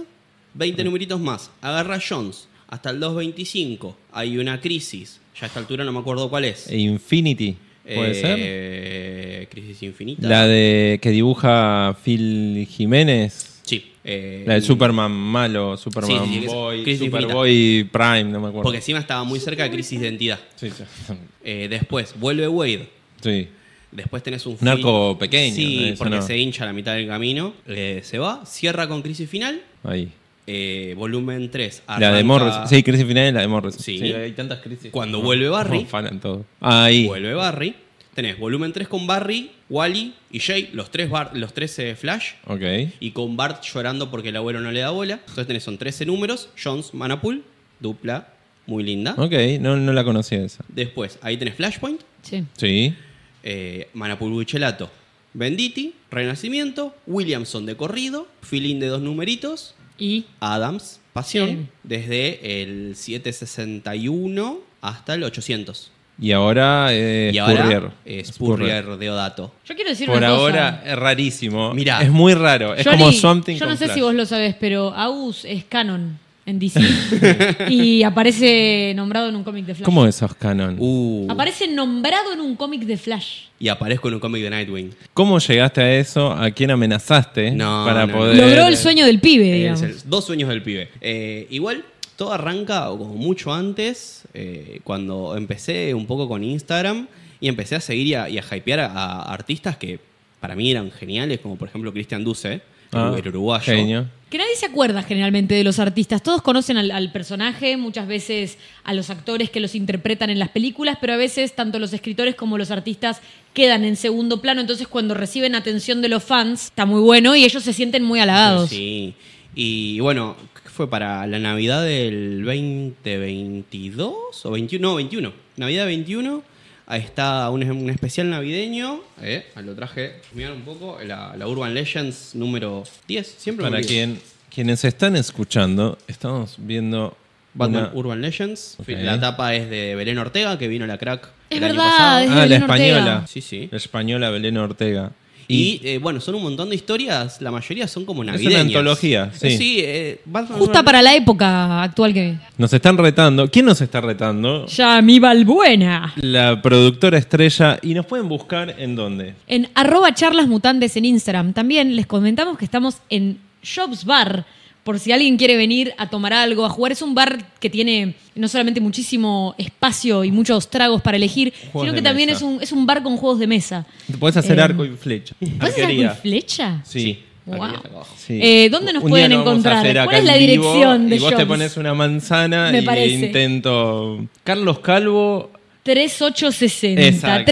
Speaker 3: 20 numeritos más. Agarra Jones, hasta el 225. Hay una crisis. Ya a esta altura no me acuerdo cuál es.
Speaker 1: E Infinity, ¿puede ser?
Speaker 3: Eh, Crisis infinita.
Speaker 1: La de que dibuja Phil Jiménez.
Speaker 3: Sí. eh,
Speaker 1: La del Superman malo, Superman
Speaker 3: Sí, sí, sí, que es-
Speaker 1: Boy,
Speaker 3: Crisis Infinita.
Speaker 1: Superboy Prime, no me acuerdo.
Speaker 3: Porque encima estaba muy cerca de Crisis de Identidad.
Speaker 1: Sí, sí. [LAUGHS]
Speaker 3: Eh, después, vuelve Wade.
Speaker 1: Sí.
Speaker 3: Después tenés un
Speaker 1: Un
Speaker 3: fin-
Speaker 1: arco pequeño,
Speaker 3: Sí,
Speaker 1: eso
Speaker 3: porque
Speaker 1: no.
Speaker 3: se hincha a la mitad del camino. eh, se va, cierra con crisis final.
Speaker 1: Ahí.
Speaker 3: eh, volumen 3.
Speaker 1: La de Morris.
Speaker 3: arranca-
Speaker 1: Sí, crisis final es la de Morris.
Speaker 3: Sí.
Speaker 1: tantas crisis.
Speaker 3: Cuando vuelve Barry.
Speaker 1: No, falan todo. Ahí.
Speaker 3: Vuelve Barry. Tenés volumen 3 con Barry, Wally y Jay, los tres, bar- los tres eh, Flash.
Speaker 1: Ok.
Speaker 3: Y con Bart llorando porque el abuelo no le da bola. Entonces tenés son 13 números. Jones, Manapool, dupla, muy linda.
Speaker 1: Ok, no, no la conocía esa.
Speaker 3: Después, ahí tenés Flashpoint,
Speaker 2: Sí.
Speaker 1: Sí.
Speaker 3: eh, Manapul Buchelato, Venditti, Renacimiento, Williamson de corrido, Filín de dos numeritos,
Speaker 2: Y
Speaker 3: Adams, Pasión,
Speaker 2: Bien.
Speaker 3: desde el 761 hasta el 800.
Speaker 1: Y ahora eh,
Speaker 3: y
Speaker 1: Spurrier.
Speaker 3: ahora es Spurrier,
Speaker 1: Spurrier.
Speaker 3: de Odato.
Speaker 2: yo quiero decir
Speaker 1: Por
Speaker 2: una cosa.
Speaker 1: ahora es rarísimo.
Speaker 3: Mirá.
Speaker 1: Es muy raro. Es
Speaker 2: Johnny,
Speaker 1: como something.
Speaker 2: Yo no
Speaker 1: con
Speaker 2: sé
Speaker 1: Flash.
Speaker 2: si vos lo sabés, pero Agus es canon en DC. [LAUGHS] y aparece nombrado en un cómic de Flash.
Speaker 1: ¿Cómo esos canon?
Speaker 3: Uh,
Speaker 2: Aparece nombrado en un cómic de Flash.
Speaker 3: y aparezco en un cómic de Nightwing.
Speaker 1: ¿Cómo llegaste a eso? ¿A quién amenazaste?
Speaker 3: No,
Speaker 1: para
Speaker 3: no,
Speaker 1: poder.
Speaker 3: no.
Speaker 2: Logró el sueño del pibe, digamos.
Speaker 3: Eh, Es el- dos sueños del pibe. Eh, igual, todo arranca como mucho antes, eh, cuando empecé un poco con Instagram y empecé a seguir y a, y a hypear a, a artistas que para mí eran geniales, como por ejemplo Cristian Duce,
Speaker 1: Ah,
Speaker 3: el uruguayo.
Speaker 1: genio.
Speaker 2: Que nadie se acuerda generalmente de los artistas. Todos conocen al, al personaje, muchas veces a los actores que los interpretan en las películas, pero a veces tanto los escritores como los artistas quedan en segundo plano. Entonces, cuando reciben atención de los fans, está muy bueno y ellos se sienten muy halagados.
Speaker 3: Sí. Y bueno, ¿qué fue para la Navidad del 2022 o 21, no, 21. Navidad 21. Ahí está un, un especial navideño. Eh, lo traje, mirar un poco, la, la Urban Legends número 10. Siempre me
Speaker 1: Para
Speaker 3: olvido.
Speaker 1: quien, quienes están escuchando, estamos viendo.
Speaker 3: Batman
Speaker 1: una-
Speaker 3: Urban Legends.
Speaker 1: Ok.
Speaker 3: La tapa es de Belén Ortega, que vino la crack
Speaker 2: Es
Speaker 3: el año
Speaker 2: verdad,
Speaker 3: pasado.
Speaker 2: es-
Speaker 1: Ah, la
Speaker 2: Belén Ortega.
Speaker 1: española.
Speaker 3: Sí, sí.
Speaker 1: La española Belén Ortega.
Speaker 3: Y, eh, bueno, son un montón de historias, la mayoría son como
Speaker 1: una
Speaker 3: navideñas.
Speaker 1: antología, sí.
Speaker 3: Eh, sí eh, Batman
Speaker 2: Justa
Speaker 3: no-
Speaker 2: para la época actual que.
Speaker 1: Nos están retando. ¿Quién nos está retando?
Speaker 2: Ya, mi balbuena.
Speaker 1: La productora estrella. ¿Y nos pueden buscar en dónde?
Speaker 2: En arroba charlas mutantes en Instagram. También les comentamos que estamos en Shops Bar. Por si alguien quiere venir a tomar algo, a jugar. Es un bar que tiene no solamente muchísimo espacio y muchos tragos para elegir,
Speaker 1: Juegos
Speaker 2: sino que
Speaker 1: de
Speaker 2: también
Speaker 1: mesa.
Speaker 2: es un, es un bar con juegos de mesa.
Speaker 1: Puedes hacer
Speaker 2: Eh,
Speaker 1: arco y flecha.
Speaker 2: ¿Puedes hacer
Speaker 1: Arquería.
Speaker 2: algún flecha?
Speaker 1: Sí.
Speaker 2: Wow.
Speaker 1: Arquería. Sí.
Speaker 2: Eh, ¿Dónde nos
Speaker 1: Un día
Speaker 2: pueden
Speaker 1: lo vamos a
Speaker 2: encontrar?
Speaker 1: hacer
Speaker 2: ¿Cuál
Speaker 1: acá
Speaker 2: es la
Speaker 1: en vivo
Speaker 2: dirección de
Speaker 1: Y vos te
Speaker 2: Shops?
Speaker 1: pones una manzana
Speaker 2: Me
Speaker 1: y
Speaker 2: parece.
Speaker 1: intento. Carlos Calvo.
Speaker 2: 3860.
Speaker 1: Exacto.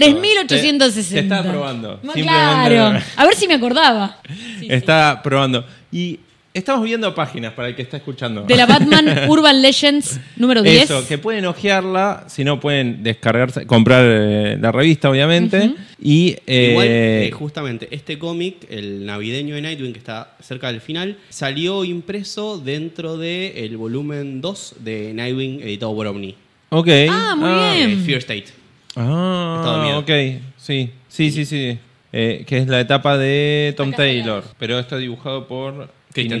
Speaker 1: Te-
Speaker 2: 3860.
Speaker 1: te estaba probando.
Speaker 2: No,
Speaker 1: Simplemente-
Speaker 2: claro. A ver si me acordaba. Sí,
Speaker 1: está probando. Y estamos viendo páginas para el que está escuchando.
Speaker 2: sí. De la
Speaker 1: [LAUGHS]
Speaker 2: Batman Urban Legends número 10.
Speaker 1: Eso, que pueden hojearla, si no pueden descargarse, comprar eh, la revista, obviamente. Y eh,
Speaker 3: Igual, eh, justamente, este cómic, el navideño de Nightwing, que está cerca del final, salió impreso dentro del el volumen 2 de Nightwing editado por Omni.
Speaker 1: ok.
Speaker 2: Ah, muy bien.
Speaker 3: eh,
Speaker 2: Mm.
Speaker 3: Fear State. Estado de
Speaker 1: Ah,
Speaker 3: miedo.
Speaker 1: ok. Sí, sí, sí, sí. Eh, que es la etapa de Tom Taylor. Pero está dibujado por
Speaker 3: Christian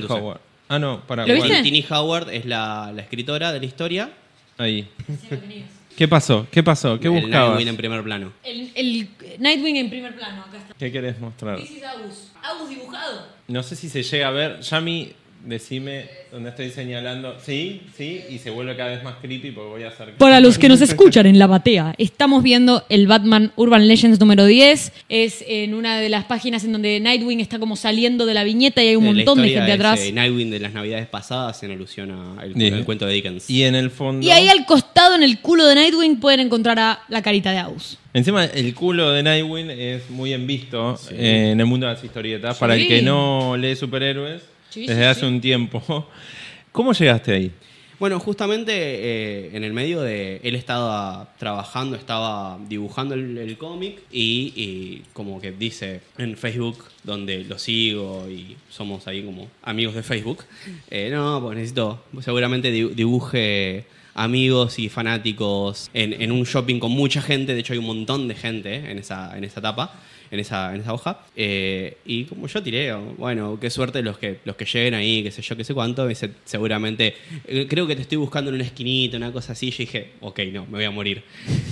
Speaker 1: Tini
Speaker 3: Dussel.
Speaker 1: Howard. Ah, no, para
Speaker 2: ¿Lo viste?
Speaker 1: igual.
Speaker 3: Tini Howard es la, la escritora de la historia.
Speaker 1: Ahí. ¿Qué pasó? ¿Qué pasó? ¿Qué
Speaker 3: el
Speaker 1: buscabas?
Speaker 3: Nightwing en primer plano.
Speaker 2: El, el Nightwing en primer plano. Acá está.
Speaker 1: ¿Qué querés mostrar?
Speaker 2: This is Agus. Agus dibujado.
Speaker 1: No sé si se llega a ver. Yami, decime dónde estoy señalando. Sí, sí, y se vuelve cada vez más creepy porque voy a hacer.
Speaker 2: Para los que nos escuchan en la batea, estamos viendo el Batman Urban Legends número 10. Es en una de las páginas en donde Nightwing está como saliendo de la viñeta y hay un
Speaker 3: Eh, La
Speaker 2: montón de
Speaker 3: historia
Speaker 2: gente
Speaker 3: es,
Speaker 2: atrás.
Speaker 3: eh, Nightwing de las navidades pasadas en alusión al
Speaker 1: Bien.
Speaker 3: cuento de Dickens.
Speaker 1: Y en el fondo.
Speaker 2: Y ahí al costado, en el culo de Nightwing, pueden encontrar a la carita de Aus.
Speaker 1: Encima, el culo de Nightwing es muy en visto eh, en el mundo de las historietas.
Speaker 2: Sí.
Speaker 1: Para el que no lee superhéroes,
Speaker 2: Sí,
Speaker 1: desde
Speaker 2: sí,
Speaker 1: hace
Speaker 2: sí.
Speaker 1: un tiempo. [LAUGHS] ¿Cómo llegaste ahí?
Speaker 3: Bueno, justamente eh, en el medio de él estaba trabajando, estaba dibujando el, el cómic y, y como que dice en Facebook, donde lo sigo y somos ahí como amigos de Facebook, eh, no, pues necesito, seguramente di- dibuje amigos y fanáticos en, en un shopping con mucha gente, de hecho hay un montón de gente en esa, en esa etapa. En esa, en esa hoja. Eh, y como yo tiré, bueno, qué suerte los que, los que lleguen ahí, qué sé yo, qué sé cuánto. Me dice, seguramente, eh, creo que te estoy buscando en una esquinita, una cosa así. Yo dije, ok, no, me voy a morir.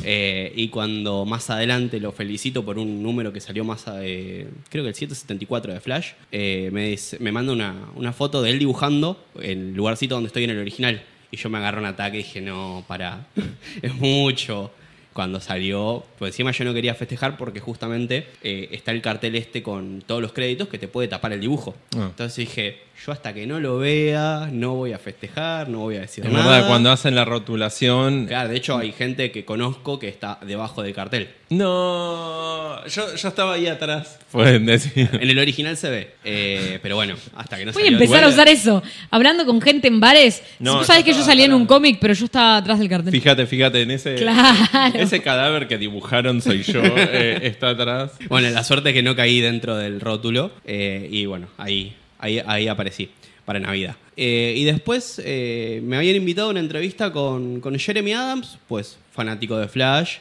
Speaker 3: Eh, y cuando más adelante lo felicito por un número que salió más, a- eh, creo que el 174 de Flash, eh, me, dice- me manda una, una foto de él dibujando en el lugarcito donde estoy en el original. Y yo me agarro un ataque y dije, no, para, [LAUGHS] es mucho cuando salió, pues encima yo no quería festejar porque justamente eh, está el cartel este con todos los créditos que te puede tapar el dibujo.
Speaker 1: Ah.
Speaker 3: Entonces dije, yo hasta que no lo vea, no voy a festejar, no voy a decir
Speaker 1: Es
Speaker 3: nada.
Speaker 1: verdad, cuando hacen la rotulación.
Speaker 3: Claro, de hecho hay gente que conozco que está debajo del cartel.
Speaker 1: No, yo, yo estaba ahí atrás. Pueden decir.
Speaker 3: [LAUGHS] En el original se ve, eh, pero bueno, hasta que no
Speaker 2: Voy a
Speaker 3: salió el
Speaker 2: empezar a
Speaker 3: trailer-
Speaker 2: usar eso. Hablando con gente en bares.
Speaker 1: No,
Speaker 2: si tú
Speaker 1: yo
Speaker 2: sabes que yo
Speaker 1: estaba
Speaker 2: salí en un
Speaker 1: hablando.
Speaker 2: cómic, pero yo estaba atrás del cartel.
Speaker 1: Fíjate, fíjate, en ese,
Speaker 2: Claro.
Speaker 1: ese cadáver que dibujaron soy yo,
Speaker 3: [LAUGHS]
Speaker 1: eh, está atrás.
Speaker 3: Bueno, la suerte es que no caí dentro del rótulo eh, y bueno, ahí, ahí, ahí aparecí para Navidad. Eh, y después eh, me habían invitado a una entrevista con, con Jeremy Adams, pues fanático de Flash.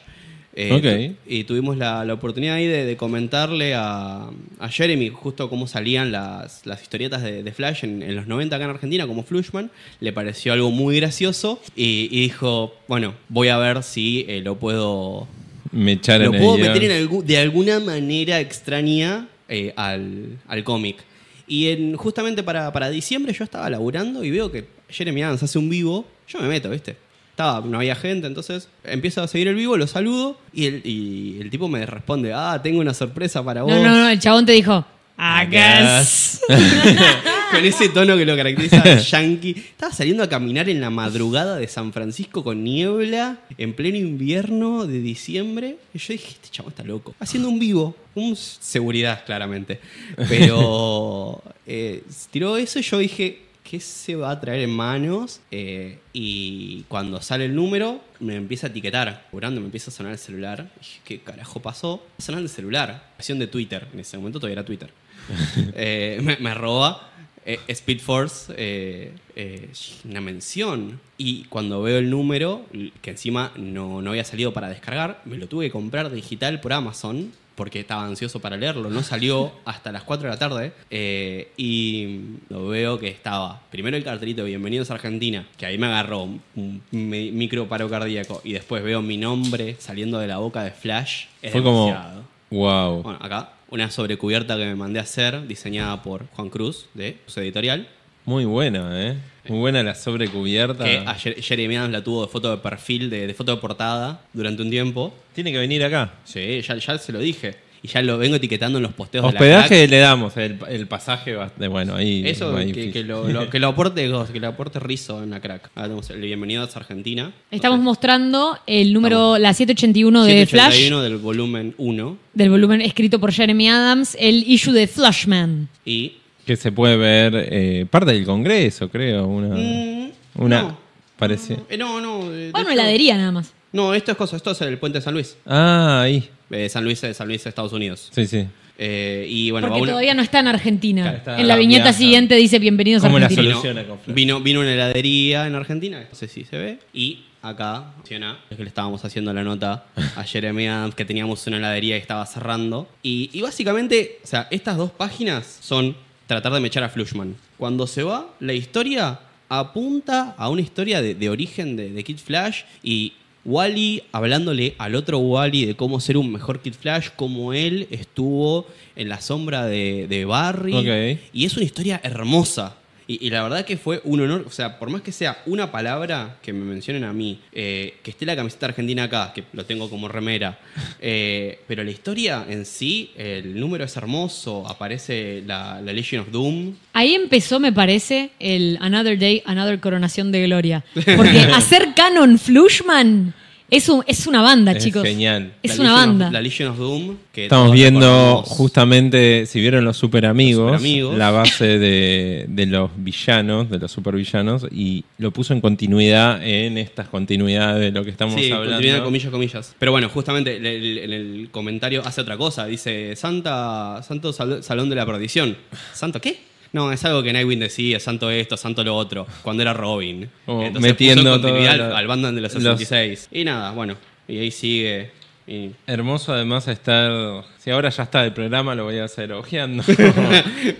Speaker 3: Eh,
Speaker 1: Ok.
Speaker 3: tu- y tuvimos la, la oportunidad ahí de, de comentarle a, a Jeremy justo cómo salían las, las historietas de, de Flash en, en los 90 acá en Argentina, como Flushman. Le pareció algo muy gracioso y, y dijo, bueno, voy a ver si eh, lo puedo
Speaker 1: Me echaron
Speaker 3: lo
Speaker 1: el
Speaker 3: puedo
Speaker 1: guión.
Speaker 3: meter en algu- de alguna manera extraña eh, al, al cómic. Y en, justamente para, para diciembre yo estaba laburando y veo que Jeremy Adams hace un vivo. Yo me meto, ¿viste? Estaba, no había gente, entonces empiezo a seguir el vivo, lo saludo y el, y el tipo me responde, ah, tengo una sorpresa para vos.
Speaker 2: No, no, no, el chabón te dijo.
Speaker 3: Acas.
Speaker 2: Acas.
Speaker 3: [LAUGHS] Con ese tono que lo caracteriza al yankee. Estaba saliendo a caminar en la madrugada de San Francisco con niebla, en pleno invierno de diciembre. Y yo dije, este chavo está loco. Haciendo un vivo, un s- seguridad, claramente. Pero eh, tiró eso y yo dije, ¿qué se va a traer en manos? Eh, y cuando sale el número, me empieza a etiquetar. Curando, me empieza a sonar el celular. Y dije, ¿qué carajo pasó? Sonando el celular. Acción de Twitter. En ese momento todavía era Twitter.
Speaker 1: [LAUGHS]
Speaker 3: Eh, me, me arroba eh, Speed Force eh, eh, una mención. Y cuando veo el número, que encima no, no había salido para descargar, me lo tuve que comprar digital por Amazon. porque estaba ansioso para leerlo.
Speaker 1: [LAUGHS]
Speaker 3: No salió hasta las 4 de la tarde eh, y lo veo que estaba primero el cartelito Bienvenidos a Argentina, que ahí me agarró un, un mi- micro paro cardíaco y después veo mi nombre saliendo de la boca de Flash. Es
Speaker 1: Fue como.
Speaker 3: demasiado.
Speaker 1: Wow.
Speaker 3: Bueno, acá una sobrecubierta que me mandé a hacer, diseñada por Juan Cruz de su editorial.
Speaker 1: Muy buena, ¿eh? Muy buena la sobrecubierta.
Speaker 3: Que a Jer- Jeremy Adams la tuvo de foto de perfil, de, de foto de portada durante un tiempo.
Speaker 1: Tiene que venir acá.
Speaker 3: Sí, ya, ya se lo dije. Y ya lo vengo etiquetando en los posteos de la
Speaker 1: Hospedaje le damos, el, el pasaje va- de- bueno, ahí.
Speaker 3: crack. Eso
Speaker 1: ahí
Speaker 3: que,
Speaker 1: fijo.
Speaker 3: que lo, lo- que lo aporte Ghost, que lo aporte Rizo en la crack. Ahora tenemos el Bienvenidos a Argentina.
Speaker 2: Estamos
Speaker 3: Entonces,
Speaker 2: mostrando el número, la 781 de Flash,
Speaker 3: 781 del volumen 1
Speaker 2: del volumen escrito por Jeremy Adams, el issue de Flashman.
Speaker 3: y...
Speaker 1: Que se puede ver eh, parte del Congreso, creo. Una.
Speaker 3: Mm,
Speaker 1: Ah. una
Speaker 3: no.
Speaker 1: parece.
Speaker 3: Eh, no, no. eh, de
Speaker 2: Bueno,
Speaker 3: hecho-
Speaker 2: heladería nada más.
Speaker 3: No, esto es cosa, esto es el puente de San Luis.
Speaker 1: Ah, ahí.
Speaker 3: Eh, San Luis de San Luis, Estados Unidos.
Speaker 1: Sí, sí.
Speaker 3: Eh, y bueno,
Speaker 2: Porque
Speaker 3: va una-
Speaker 2: todavía no está en Argentina.
Speaker 1: Claro, está
Speaker 2: en la
Speaker 1: la
Speaker 2: viñeta
Speaker 1: viaja.
Speaker 2: siguiente dice bienvenidos a
Speaker 1: ¿Cómo la
Speaker 2: Argentina.
Speaker 1: solución?
Speaker 3: vino,
Speaker 1: Soluciona con Flash.
Speaker 3: vino, vino una heladería en Argentina, no sé si se ve, y acá menciona es que le estábamos haciendo la nota
Speaker 1: [LAUGHS]
Speaker 3: a Jeremy Adams, que teníamos una heladería que estaba cerrando. Y, y básicamente, o sea, estas dos páginas son tratar de mechar a Flushman. Cuando se va, la historia apunta a una historia de, de origen de, de Kid Flash y Wally hablándole al otro Wally de cómo ser un mejor Kid Flash, cómo él estuvo en la sombra de, de Barry.
Speaker 1: Ok.
Speaker 3: Y es una historia hermosa. Y, y la verdad que fue un honor, o sea, por más que sea una palabra que me mencionen a mí, eh, que esté la camiseta argentina acá, que lo tengo como remera,
Speaker 2: [LAUGHS]
Speaker 3: eh, pero la historia en sí, el número es hermoso, aparece la, la Legion of Doom.
Speaker 2: Ahí empezó, me parece, el Another Day, Another Coronación de Gloria. Porque
Speaker 1: [LAUGHS]
Speaker 2: hacer canon Flushman es, un- es una banda,
Speaker 1: Es
Speaker 2: chicos.
Speaker 1: genial.
Speaker 2: Es
Speaker 3: La
Speaker 2: una
Speaker 3: Legion of-
Speaker 2: banda.
Speaker 3: la Legion of Doom, que
Speaker 1: Estamos
Speaker 3: todos
Speaker 1: viendo
Speaker 3: recordamos.
Speaker 1: justamente, si vieron los super amigos,
Speaker 3: Los Superamigos.
Speaker 1: la base de, de los villanos, de los supervillanos, y lo puso en continuidad en estas continuidades de lo que estamos
Speaker 3: Sí,
Speaker 1: hablando.
Speaker 3: continuidad, comillas, comillas. Pero bueno, justamente el- el- en el comentario hace otra cosa. Dice, Santa, Santo sal- Salón de la Perdición. ¿Santo qué? No, es algo que Nightwing decía, santo esto, santo lo otro, cuando era Robin.
Speaker 1: Como
Speaker 3: Entonces
Speaker 1: Oh, metiendo
Speaker 3: puso en
Speaker 1: todo
Speaker 3: continuidad
Speaker 1: lo-
Speaker 3: al, al Batman de los
Speaker 1: los-
Speaker 3: 66. Y nada, bueno, y ahí sigue. y- [LAUGHS]
Speaker 1: Hermoso además estar, si ahora ya está el programa, lo voy a hacer [LAUGHS] ojeando.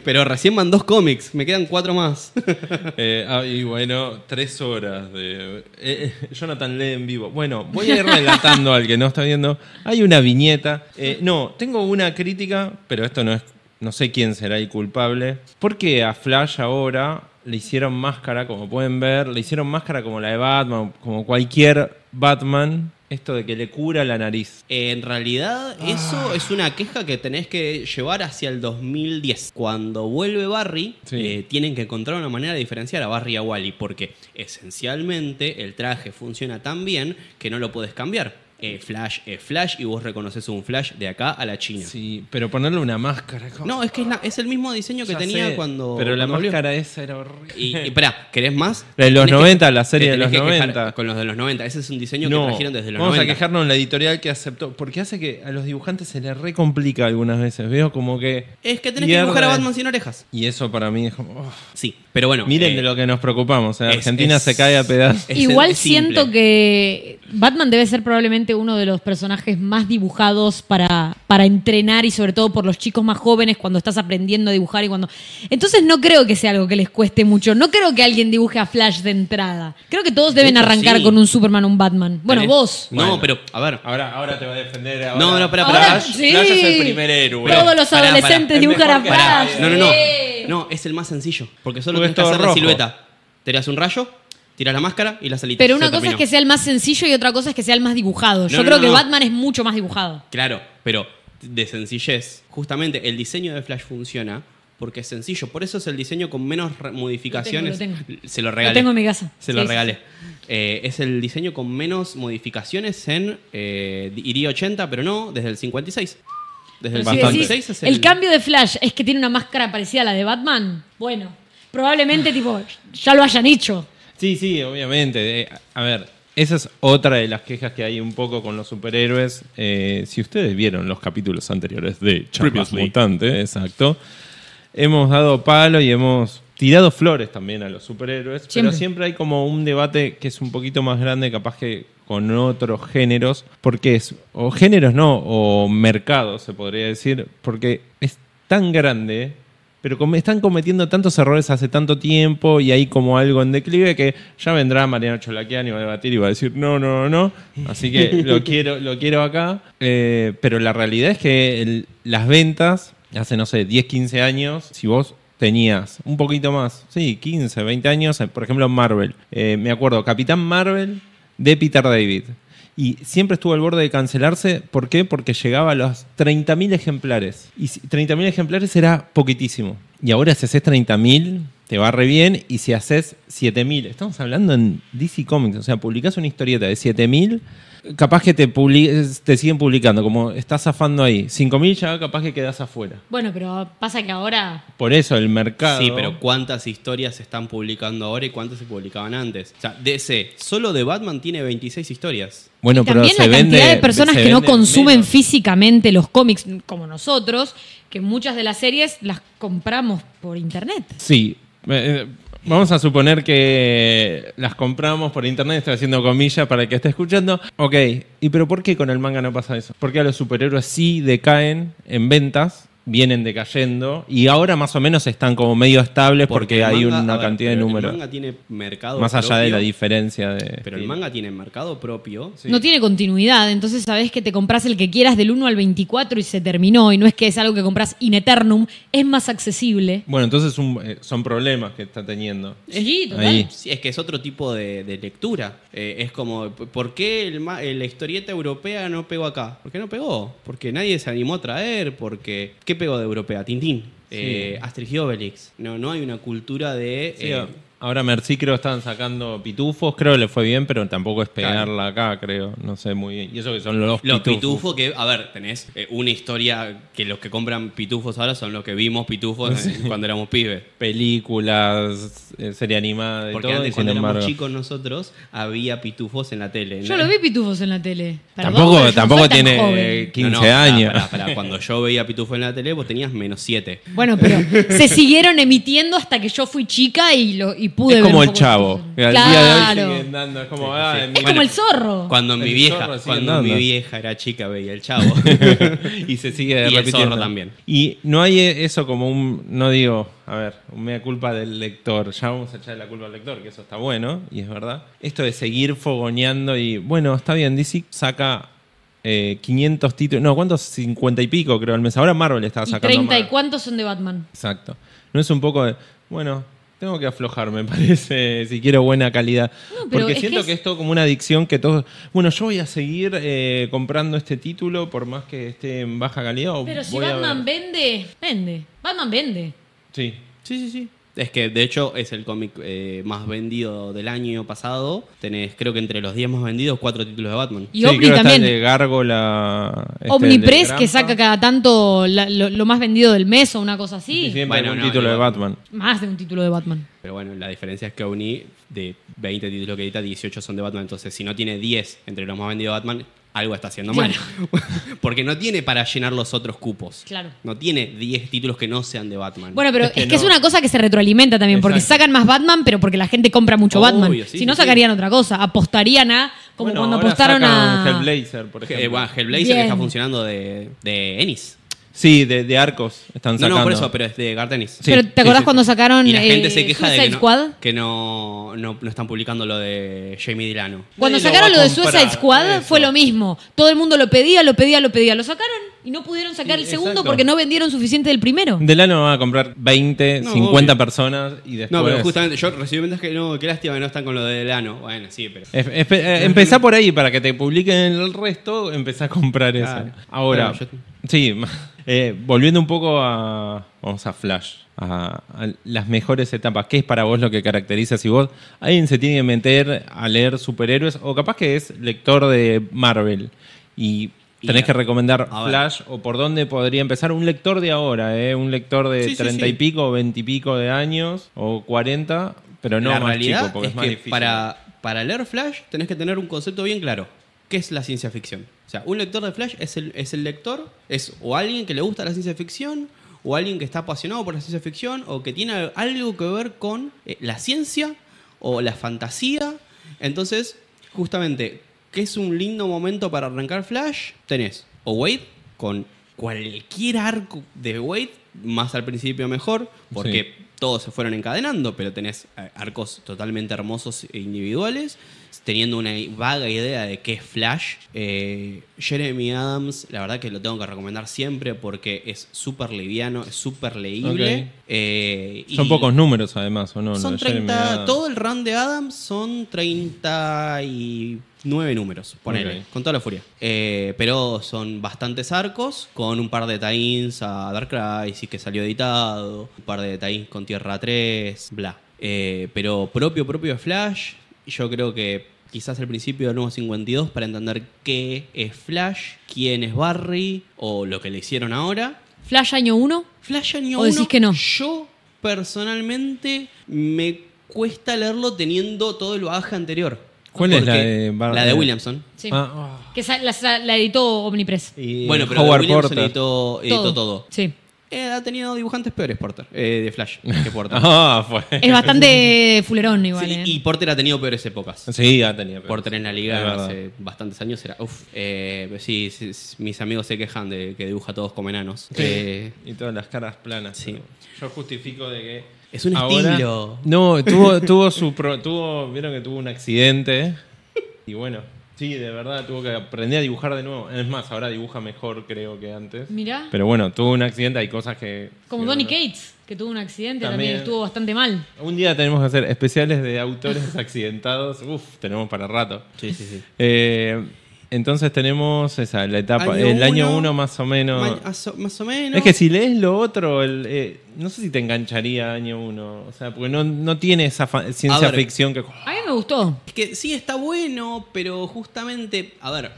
Speaker 3: Pero recién van dos cómics, me quedan cuatro más.
Speaker 1: Eh, ah, y bueno, tres horas de... eh, eh, Jonathan lee en vivo. Bueno, voy a ir relatando al que no está viendo. Hay una viñeta. Eh, no, tengo una crítica, pero esto no es... No sé quién será el culpable. Porque a Flash ahora le hicieron máscara, como pueden ver. Le hicieron máscara como la de Batman, como cualquier Batman. Esto de que le cura la nariz.
Speaker 3: En realidad,
Speaker 1: Ah.
Speaker 3: eso es una queja que tenés que llevar hacia el 2010. Cuando vuelve Barry,
Speaker 1: Sí.
Speaker 3: eh, tienen que encontrar una manera de diferenciar a Barry y a Wally, porque esencialmente el traje funciona tan bien que no lo puedes cambiar. Eh, flash es Flash y vos reconoces un Flash de acá a la China.
Speaker 1: Sí, pero ponerle una máscara. es como-
Speaker 3: No, es que es, la- es el mismo diseño que
Speaker 1: Ya
Speaker 3: tenía
Speaker 1: sé,
Speaker 3: cuando.
Speaker 1: Pero la
Speaker 3: cuando volvió.
Speaker 1: máscara esa era horrible.
Speaker 3: Y, y pará, ¿querés más?
Speaker 1: La [LAUGHS] de los
Speaker 3: Tenés que-
Speaker 1: 90, la serie
Speaker 3: te
Speaker 1: de los
Speaker 3: tenés que quejar
Speaker 1: 90.
Speaker 3: Con los de los 90, ese es un diseño que trajeron desde los
Speaker 1: vamos
Speaker 3: 90.
Speaker 1: a quejarnos en la editorial que aceptó, porque hace que a los dibujantes se les recomplica algunas veces. Veo como que...
Speaker 3: Es que tenés que
Speaker 1: pierde.
Speaker 3: dibujar a Batman sin orejas.
Speaker 1: Y eso para mí es como... oh.
Speaker 3: Sí, pero bueno.
Speaker 1: Miren
Speaker 3: eh,
Speaker 1: de lo que nos preocupamos. ¿eh?
Speaker 3: es-
Speaker 1: Argentina
Speaker 3: es-
Speaker 1: se cae a pedazos.
Speaker 3: [LAUGHS] es-
Speaker 2: Igual
Speaker 3: es simple.
Speaker 2: siento que Batman debe ser probablemente uno de los personajes más dibujados para, para entrenar y sobre todo por los chicos más jóvenes cuando estás aprendiendo a dibujar y cuando... Entonces no creo que sea algo que les cueste mucho. No creo que alguien dibuje a Flash de entrada. Creo que todos deben
Speaker 3: hecho,
Speaker 2: arrancar
Speaker 3: sí.
Speaker 2: con un Superman o un Batman. Bueno,
Speaker 3: tenés-
Speaker 2: vos.
Speaker 3: No,
Speaker 1: Bueno.
Speaker 3: pero, a ver.
Speaker 1: Ahora, ahora te va a defender. ahora-
Speaker 3: No, no, pará, pará.
Speaker 2: Ahora,
Speaker 1: Flash-
Speaker 2: sí.
Speaker 1: Flash es el primer héroe.
Speaker 2: Todos los
Speaker 3: Pará,
Speaker 2: adolescentes
Speaker 3: pará. Es
Speaker 2: dibujan a
Speaker 1: mejor que
Speaker 2: Flash.
Speaker 1: nadie.
Speaker 3: No, no, no.
Speaker 2: Sí.
Speaker 3: No, es el más sencillo. Porque solo
Speaker 1: Porque
Speaker 3: tienes que
Speaker 1: es todo
Speaker 3: hacer la
Speaker 1: rojo.
Speaker 3: silueta. Tiras un rayo, tiras la máscara y la salita.
Speaker 2: Pero
Speaker 3: Se
Speaker 2: una cosa es
Speaker 3: terminó.
Speaker 2: que sea el más sencillo y otra cosa es que sea el más dibujado. Yo
Speaker 3: No, no,
Speaker 2: creo
Speaker 3: no,
Speaker 2: que
Speaker 3: no.
Speaker 2: Batman es mucho más dibujado.
Speaker 3: Claro, pero de sencillez. Justamente el diseño de Flash funciona porque es sencillo. Por eso es el diseño con menos re- modificaciones.
Speaker 2: tengo.
Speaker 3: Se lo regalé.
Speaker 2: Lo tengo en mi casa. Sí,
Speaker 3: Se lo
Speaker 2: sí,
Speaker 3: regalé. Eh, es el diseño con menos modificaciones en. Eh, iría 80, pero no, desde el 56. Desde el
Speaker 2: Pero si
Speaker 1: Bastante.
Speaker 3: 56
Speaker 2: decís,
Speaker 3: es
Speaker 2: el... cambio de Flash es que tiene una máscara parecida a la de Batman. Bueno, probablemente tipo ya lo hayan hecho.
Speaker 1: Sí, sí, obviamente. Eh, a ver, esa es otra de las quejas que hay un poco con los superhéroes. Eh, si ustedes vieron los capítulos anteriores de Charlas
Speaker 3: Previously.
Speaker 1: Mutante, exacto, hemos dado palo y hemos tirado flores también a los superhéroes, pero
Speaker 2: Siempre.
Speaker 1: siempre hay como un debate que es un poquito más grande, capaz que con otros géneros, porque es, o géneros no, o mercados se podría decir, porque es tan grande, pero com- están cometiendo tantos errores hace tanto tiempo y hay como algo en declive que ya vendrá Mariano Cholaquian y va a debatir y va a decir no, no, no, no. así que lo quiero, lo quiero acá. Eh, pero la realidad es que el- las ventas, hace no sé, 10, 15 años, si vos tenías un poquito más, sí, 15, 20 años, eh, por ejemplo en Marvel, Eh, me acuerdo, Capitán Marvel de Peter David. Y siempre estuvo al borde de cancelarse. ¿Por qué? Porque llegaba a los 30.000 ejemplares. Y si- 30.000 ejemplares era poquitísimo. Y ahora si haces 30.000, te va re bien. Y si haces 7.000, estamos hablando en DC Comics, o sea, publicás una historieta de 7.000, capaz que te, publi- te siguen publicando, como estás zafando ahí. 5.000 ya capaz que quedás afuera.
Speaker 2: Bueno, pero pasa que ahora
Speaker 1: Por eso el mercado...
Speaker 3: Sí, pero ¿cuántas historias se están publicando ahora y cuántas se publicaban antes? O sea, DC, solo de Batman tiene 26 historias.
Speaker 1: Bueno,
Speaker 2: Y también la cantidad de personas
Speaker 1: se
Speaker 2: que no
Speaker 1: venden
Speaker 2: consumen
Speaker 1: menos.
Speaker 2: físicamente los cómics como nosotros, que muchas de las series las compramos por internet.
Speaker 1: Sí. Eh, eh, Vamos a suponer que las compramos por internet, estoy haciendo comillas para el que esté escuchando. Ok, ¿y pero por qué con el manga no pasa eso? Porque a los superhéroes sí decaen en ventas, vienen decayendo y ahora más o menos están como medio estables porque,
Speaker 3: el
Speaker 1: hay
Speaker 3: manga- a
Speaker 1: una
Speaker 3: ver,
Speaker 1: cantidad de
Speaker 3: pero
Speaker 1: números.
Speaker 3: El manga tiene mercado
Speaker 1: Más allá de la
Speaker 3: propio,
Speaker 1: diferencia de...
Speaker 3: Pero el manga tiene mercado propio.
Speaker 1: Sí.
Speaker 2: No tiene continuidad, entonces sabes que te compras el que quieras del 1 al 24 y se terminó, y no es que es algo que compras in eternum, es más accesible.
Speaker 1: Bueno, entonces un- eh, son problemas que está teniendo.
Speaker 2: Sí, total.
Speaker 1: Ahí.
Speaker 3: Sí, es que es otro tipo de, de lectura. Eh, es como, p- ¿por qué el ma- eh, la historieta europea no pegó acá? ¿Por qué no pegó? Porque nadie se animó a traer, porque... ¿Qué pegó de europea? Tintín, eh, Asterix y Obelix. No, no hay una cultura de...
Speaker 1: Sí,
Speaker 3: eh,
Speaker 1: a- ahora Merci creo estaban sacando pitufos, creo que le fue bien, pero tampoco es pegarla acá, creo, no sé muy bien. Y eso que son los,
Speaker 3: Los
Speaker 1: pitufos.
Speaker 3: pitufos que, a ver, tenés eh, una historia que los que compran pitufos ahora son los que vimos
Speaker 1: [LAUGHS]
Speaker 3: pitufos eh, cuando éramos pibes.
Speaker 1: Películas, eh, serie animada, y
Speaker 3: Porque
Speaker 1: todo, y
Speaker 3: antes
Speaker 1: sin
Speaker 3: cuando éramos
Speaker 1: embargo-
Speaker 3: chicos nosotros había pitufos en la tele.
Speaker 2: Yo
Speaker 3: ¿no?
Speaker 2: lo vi pitufos en la tele. Perdón, pero yo
Speaker 1: Tampoco,
Speaker 2: no
Speaker 1: tampoco
Speaker 2: soy tan
Speaker 1: tiene
Speaker 2: joven.
Speaker 1: 15
Speaker 3: No, no, pará,
Speaker 1: años.
Speaker 3: pará, pará. Cuando yo veía pitufos en la tele vos tenías menos 7.
Speaker 2: Bueno, pero se siguieron emitiendo hasta que yo fui chica y, lo, y pude
Speaker 1: Es
Speaker 2: ver
Speaker 1: como
Speaker 2: un
Speaker 1: el
Speaker 2: poco
Speaker 1: chavo.
Speaker 2: Pitufos.
Speaker 1: que al día de hoy
Speaker 2: Claro.
Speaker 1: siguen dando, es como, ah, en
Speaker 2: Es
Speaker 1: mi-
Speaker 2: como el zorro.
Speaker 3: Cuando
Speaker 1: El
Speaker 3: mi vieja,
Speaker 1: zorro sigue
Speaker 3: cuando mi
Speaker 1: andando.
Speaker 3: vieja era chica veía el
Speaker 1: [LAUGHS]
Speaker 3: chavo.
Speaker 1: y se sigue
Speaker 3: [LAUGHS] Y el
Speaker 1: repitiendo.
Speaker 3: zorro también.
Speaker 1: Y no hay eso como un, no digo, a ver, un mea culpa del lector. Ya vamos a echarle la culpa al lector, que eso está bueno, y es verdad. Esto de seguir fogoneando y, bueno, está bien, DC saca eh, 500 títulos, no, ¿cuántos? 50 y pico creo al mes. Ahora Marvel está
Speaker 2: Y
Speaker 1: sacando
Speaker 2: 30 y
Speaker 1: más.
Speaker 2: cuántos son de Batman.
Speaker 1: Exacto. No es un poco de, bueno, tengo que aflojar, me [LAUGHS] parece, si quiero buena calidad.
Speaker 2: No, pero
Speaker 1: Porque
Speaker 2: es
Speaker 1: siento que
Speaker 2: que
Speaker 1: es...
Speaker 2: es-
Speaker 1: todo como una adicción que todos, bueno, yo voy a seguir eh, comprando este título por más que esté en baja calidad. o
Speaker 2: Pero si
Speaker 1: voy a
Speaker 2: Batman
Speaker 1: ver-
Speaker 2: vende, vende. Batman vende.
Speaker 1: Sí.
Speaker 3: Sí, sí, sí. Es que de hecho es el cómic eh, más vendido del año pasado. Tenés, creo que entre los 10 más vendidos, cuatro títulos de Batman.
Speaker 2: Y
Speaker 1: Sí,
Speaker 2: Omni
Speaker 1: creo que está el
Speaker 2: también.
Speaker 1: de Gárgola. este, el de
Speaker 2: Omnipress,
Speaker 1: Grampa,
Speaker 2: que saca cada tanto la- lo, lo más vendido del mes o una cosa
Speaker 1: Y
Speaker 2: así.
Speaker 1: siempre
Speaker 3: Bueno,
Speaker 1: algún
Speaker 3: no,
Speaker 1: título de
Speaker 3: igual.
Speaker 1: Batman.
Speaker 2: Más de un título de Batman.
Speaker 3: Pero bueno, la diferencia es que Oni, de 20 títulos que edita, 18 son de Batman. Entonces, si no tiene 10 entre los más vendidos de Batman, algo está haciendo mal. [LAUGHS] Porque no tiene para llenar los otros cupos.
Speaker 2: Claro.
Speaker 3: No tiene 10 títulos que no sean de Batman.
Speaker 2: Bueno, pero es
Speaker 1: que
Speaker 2: que, es
Speaker 1: Este no.
Speaker 2: una cosa que se retroalimenta también, porque
Speaker 1: Exacto.
Speaker 2: sacan más Batman, pero porque la gente compra mucho
Speaker 3: Obvio,
Speaker 2: Batman.
Speaker 3: sí,
Speaker 2: si no,
Speaker 3: sí,
Speaker 2: sacarían otra cosa. Apostarían a, como
Speaker 1: Bueno,
Speaker 2: cuando
Speaker 1: ahora
Speaker 2: apostaron
Speaker 1: sacan
Speaker 2: a...
Speaker 1: Hellblazer, por
Speaker 3: Eh,
Speaker 1: ejemplo.
Speaker 3: bueno, Hellblazer
Speaker 2: Bien.
Speaker 3: está funcionando de, de Ennis.
Speaker 1: Sí, de, de Arcos están
Speaker 3: No,
Speaker 1: sacando.
Speaker 3: no, por eso, pero es de Gartenis.
Speaker 1: Sí.
Speaker 2: Pero ¿te acordás
Speaker 1: sí, sí.
Speaker 2: cuando sacaron
Speaker 3: Y la gente
Speaker 2: eh,
Speaker 3: se queja de
Speaker 2: Suicide
Speaker 3: que, no,
Speaker 2: Squad?
Speaker 3: que no, no- no están publicando lo de Jamie Delano.
Speaker 2: Cuando
Speaker 1: Nadie lo
Speaker 2: sacaron
Speaker 1: va
Speaker 2: lo,
Speaker 1: a
Speaker 2: de
Speaker 1: comprar,
Speaker 2: Suicide Squad
Speaker 1: eso.
Speaker 2: fue lo mismo. Todo el mundo lo pedía, lo pedía, lo pedía. Lo sacaron y no pudieron sacar
Speaker 1: Sí,
Speaker 2: el segundo
Speaker 1: exacto.
Speaker 2: porque no vendieron suficiente del primero.
Speaker 1: Delano va a comprar 20,
Speaker 3: No,
Speaker 1: 50
Speaker 3: obvio.
Speaker 1: personas y después.
Speaker 3: No, pero justamente yo recibí mensajes que no, qué lástima que no están con lo de Delano. Bueno, sí, pero.
Speaker 1: Espe- espe- eh, Empezá por ahí para que te publiquen el resto, empezá a comprar eso.
Speaker 3: Claro.
Speaker 1: Ahora,
Speaker 3: Claro, yo-
Speaker 1: sí, [LAUGHS] eh, volviendo un poco a. Vamos a Flash, a, a las mejores etapas. ¿Qué es para vos lo que caracteriza si vos alguien se tiene que meter a leer superhéroes o capaz que es lector de Marvel y. Tenés
Speaker 3: Y-
Speaker 1: que recomendar
Speaker 3: a ver.
Speaker 1: Flash o por dónde podría empezar un lector de ahora, eh, un lector
Speaker 3: Sí,
Speaker 1: de
Speaker 3: sí,
Speaker 1: treinta y
Speaker 3: sí.
Speaker 1: pico, veinte y pico de años o cuarenta, pero no
Speaker 3: la
Speaker 1: más
Speaker 3: realidad
Speaker 1: chico porque es,
Speaker 3: es,
Speaker 1: más
Speaker 3: que
Speaker 1: difícil.
Speaker 3: Para, para leer Flash tenés que tener un concepto bien claro. ¿Qué es la ciencia ficción? O sea, un lector de Flash es el, es el lector, es o alguien que le gusta la ciencia ficción, o alguien que está apasionado por la ciencia ficción, o que tiene algo que ver con eh, la ciencia o la fantasía. Entonces, justamente, que es un lindo momento para arrancar Flash, tenés o Wade con cualquier arco de Wade, más al principio mejor, porque todos se fueron encadenando, pero tenés eh, arcos totalmente hermosos e individuales, teniendo una vaga idea de qué es Flash. Eh, Jeremy Adams, la verdad que lo tengo que recomendar siempre porque es súper liviano, es súper leíble.
Speaker 1: Ok.
Speaker 3: eh, y-
Speaker 1: Son pocos números, además, ¿o no? Lo
Speaker 3: son
Speaker 1: de Jeremy
Speaker 3: 30.
Speaker 1: Adams.
Speaker 3: Todo el run de Adams son 39 números, ponele,
Speaker 1: Ok.
Speaker 3: con toda la furia. Eh, pero son bastantes arcos, con un par de tie-ins a Dark Crisis que salió editado, un par de tie-ins con Tierra 3, bla. Eh, pero propio, propio de Flash, yo creo que quizás el principio del nuevo 52 para entender qué es Flash, quién es Barry o lo que le hicieron ahora.
Speaker 2: Flash año 1.
Speaker 3: Flash año
Speaker 2: ¿O decís
Speaker 3: uno,
Speaker 2: que no?
Speaker 3: Yo personalmente me cuesta leerlo teniendo todo el bagaje anterior.
Speaker 1: ¿Cuál es la
Speaker 3: Porque-
Speaker 1: de Bar- eh,
Speaker 3: La de Williamson.
Speaker 2: Sí.
Speaker 1: Ah, ah.
Speaker 2: Que esa- la, esa- la editó Omnipress.
Speaker 1: Y
Speaker 3: bueno, pero
Speaker 1: Howard
Speaker 3: Williamson
Speaker 1: Porter. [LAUGHS]
Speaker 3: editó, editó todo.
Speaker 2: Sí.
Speaker 3: Eh, ha tenido dibujantes peores Porter, eh, de Flash que Porter.
Speaker 1: [LAUGHS] Ah, fue.
Speaker 2: Es bastante fulerón [LAUGHS] igual.
Speaker 3: Sí,
Speaker 2: eh.
Speaker 3: y Porter ha tenido peores épocas.
Speaker 1: Sí, ya tenía.
Speaker 3: Porter en la
Speaker 1: Es
Speaker 3: liga
Speaker 1: verdad.
Speaker 3: hace bastantes años era. Uf, eh, pero sí, sí, sí, mis amigos se quejan de que dibuja todos como enanos. Eh,
Speaker 1: Y todas las caras planas.
Speaker 3: Sí.
Speaker 1: pero Yo justifico de que.
Speaker 3: Es un
Speaker 1: ahora-
Speaker 3: estilo.
Speaker 1: No, tuvo, tuvo su. pro- tuvo, vieron que tuvo un accidente. Y bueno, sí, de verdad tuvo que aprender a dibujar de nuevo. Es más, ahora dibuja mejor, creo que antes.
Speaker 2: Mirá.
Speaker 1: Pero bueno, tuvo un accidente, hay cosas que.
Speaker 2: Como
Speaker 1: que
Speaker 2: Donny
Speaker 1: bueno.
Speaker 2: Cates, que tuvo un accidente, también,
Speaker 1: También.
Speaker 2: estuvo bastante mal.
Speaker 1: Un día tenemos que hacer especiales de autores accidentados. Uf, tenemos para rato.
Speaker 3: Sí, sí, sí.
Speaker 1: Eh, entonces tenemos esa, la etapa,
Speaker 3: Año
Speaker 1: el año
Speaker 3: uno,
Speaker 1: 1 más o menos.
Speaker 3: Ma- aso- Más o menos.
Speaker 1: Es que si lees lo otro, el, eh, no sé si te engancharía año 1. O sea, porque no, no tiene esa fa- ciencia
Speaker 3: A ver.
Speaker 1: ficción que.
Speaker 2: A mí me gustó.
Speaker 3: Es que sí está bueno, pero justamente, a ver,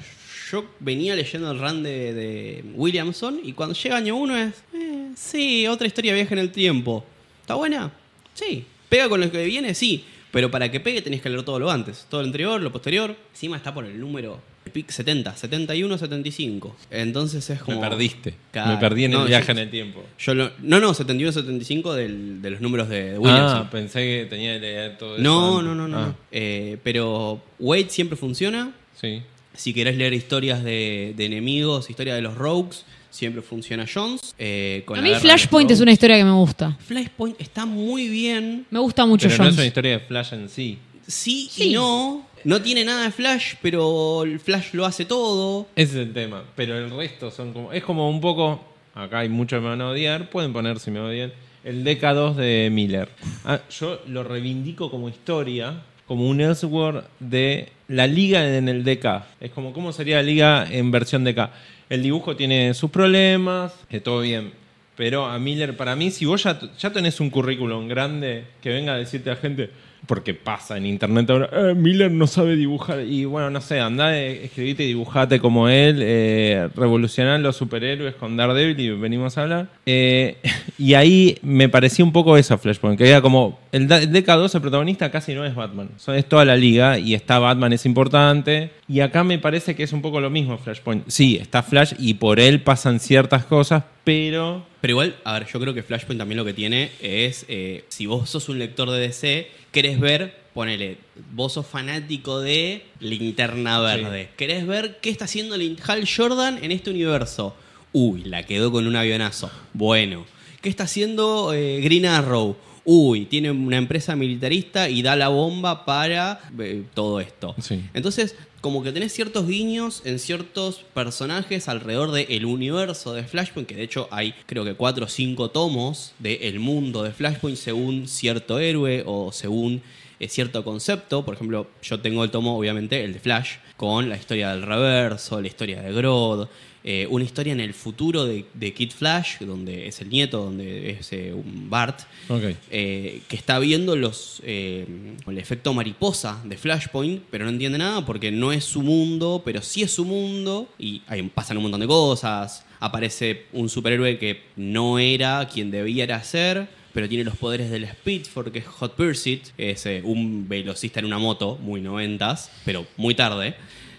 Speaker 3: yo venía leyendo el run de, de Williamson y cuando llega año uno es, eh, sí, otra historia viaja en el tiempo. ¿Está buena? Sí. ¿Pega con lo que viene? Sí. Pero para que pegue tenés que leer todo lo antes, todo lo anterior, lo posterior. Encima está por el número pic 70, 71, 75. Entonces es como...
Speaker 1: Me perdiste.
Speaker 3: Claro.
Speaker 1: Me perdí en
Speaker 3: No,
Speaker 1: el viaje
Speaker 3: yo-
Speaker 1: en el tiempo.
Speaker 3: Yo lo- no, no, 71, 75 del- de los números de Williamson.
Speaker 1: Ah, pensé que tenía que leer todo eso.
Speaker 3: No,
Speaker 1: antes.
Speaker 3: no, no, no.
Speaker 1: Ah,
Speaker 3: no. Eh, pero Wade siempre funciona.
Speaker 1: Sí.
Speaker 3: Si querés leer historias de, de enemigos, historia de los rogues, siempre funciona Jones. Eh, con
Speaker 2: A
Speaker 3: la
Speaker 2: mí
Speaker 3: guerra de
Speaker 2: Flashpoint
Speaker 3: los
Speaker 2: es una
Speaker 3: rogues.
Speaker 2: historia que me gusta.
Speaker 3: Flashpoint está muy bien.
Speaker 2: Me gusta mucho
Speaker 1: Pero no es
Speaker 2: Jones.
Speaker 1: una historia de Flash en sí.
Speaker 3: Sí,
Speaker 2: Sí.
Speaker 3: y no. No tiene nada de Flash, pero el Flash lo hace todo.
Speaker 1: Ese es el tema. Pero el resto son como. Es como un poco. Acá hay mucho que me van a odiar. Pueden poner si me odian. El DK2 de Miller. Ah, yo lo reivindico como historia. Como un Elseworld de la liga en el DK. Es como cómo sería la liga en versión DK. El dibujo tiene sus problemas. Que todo bien. Pero a Miller, para mí, si vos ya, ya tenés un currículum grande que venga a decirte a gente, porque pasa en internet ahora, "Eh, Miller no sabe dibujar. Y bueno, no sé, andá, eh, escribite y dibujate como él, eh, revolucionar los superhéroes con Daredevil y venimos a hablar. Eh, [LAUGHS] y ahí me parecía un poco eso Flashpoint, que era como, el, da- el DK2, el protagonista casi no es Batman, So, es toda la liga y está Batman, es importante. Y acá me parece que es un poco lo mismo Flashpoint. Sí, está Flash y por él pasan ciertas cosas, pero...
Speaker 3: Pero igual, a ver, yo creo que Flashpoint también lo que tiene es, eh, si vos sos un lector de DC, querés ver, ponele, vos sos fanático de Linterna Verde, querés ver qué está haciendo Lin- Hal Jordan en este universo. Uy, la quedó con un avionazo. Bueno, ¿qué está haciendo eh, Green Arrow? Uy, tiene una empresa militarista y da la bomba para eh, todo esto.
Speaker 1: Sí.
Speaker 3: Entonces, como que tenés ciertos guiños en ciertos personajes alrededor del universo de Flashpoint, que de hecho hay creo que cuatro o cinco tomos del mundo de Flashpoint según cierto héroe o según eh, cierto concepto. Por ejemplo, yo tengo el tomo, obviamente, el de Flash, con la historia del reverso, la historia de Grodd, eh, una historia en el futuro de, de Kid Flash, donde es el nieto, donde es eh, un Bart
Speaker 1: Ok.
Speaker 3: eh, que está viendo los, eh, el efecto mariposa de Flashpoint, pero no entiende nada porque no es su mundo, pero sí es su mundo y ahí pasan un montón de cosas. Aparece un superhéroe que no era quien debiera ser, pero tiene los poderes del Speedforce, que es Hot Pursuit, es eh, un velocista en una moto, muy noventas, pero muy tarde.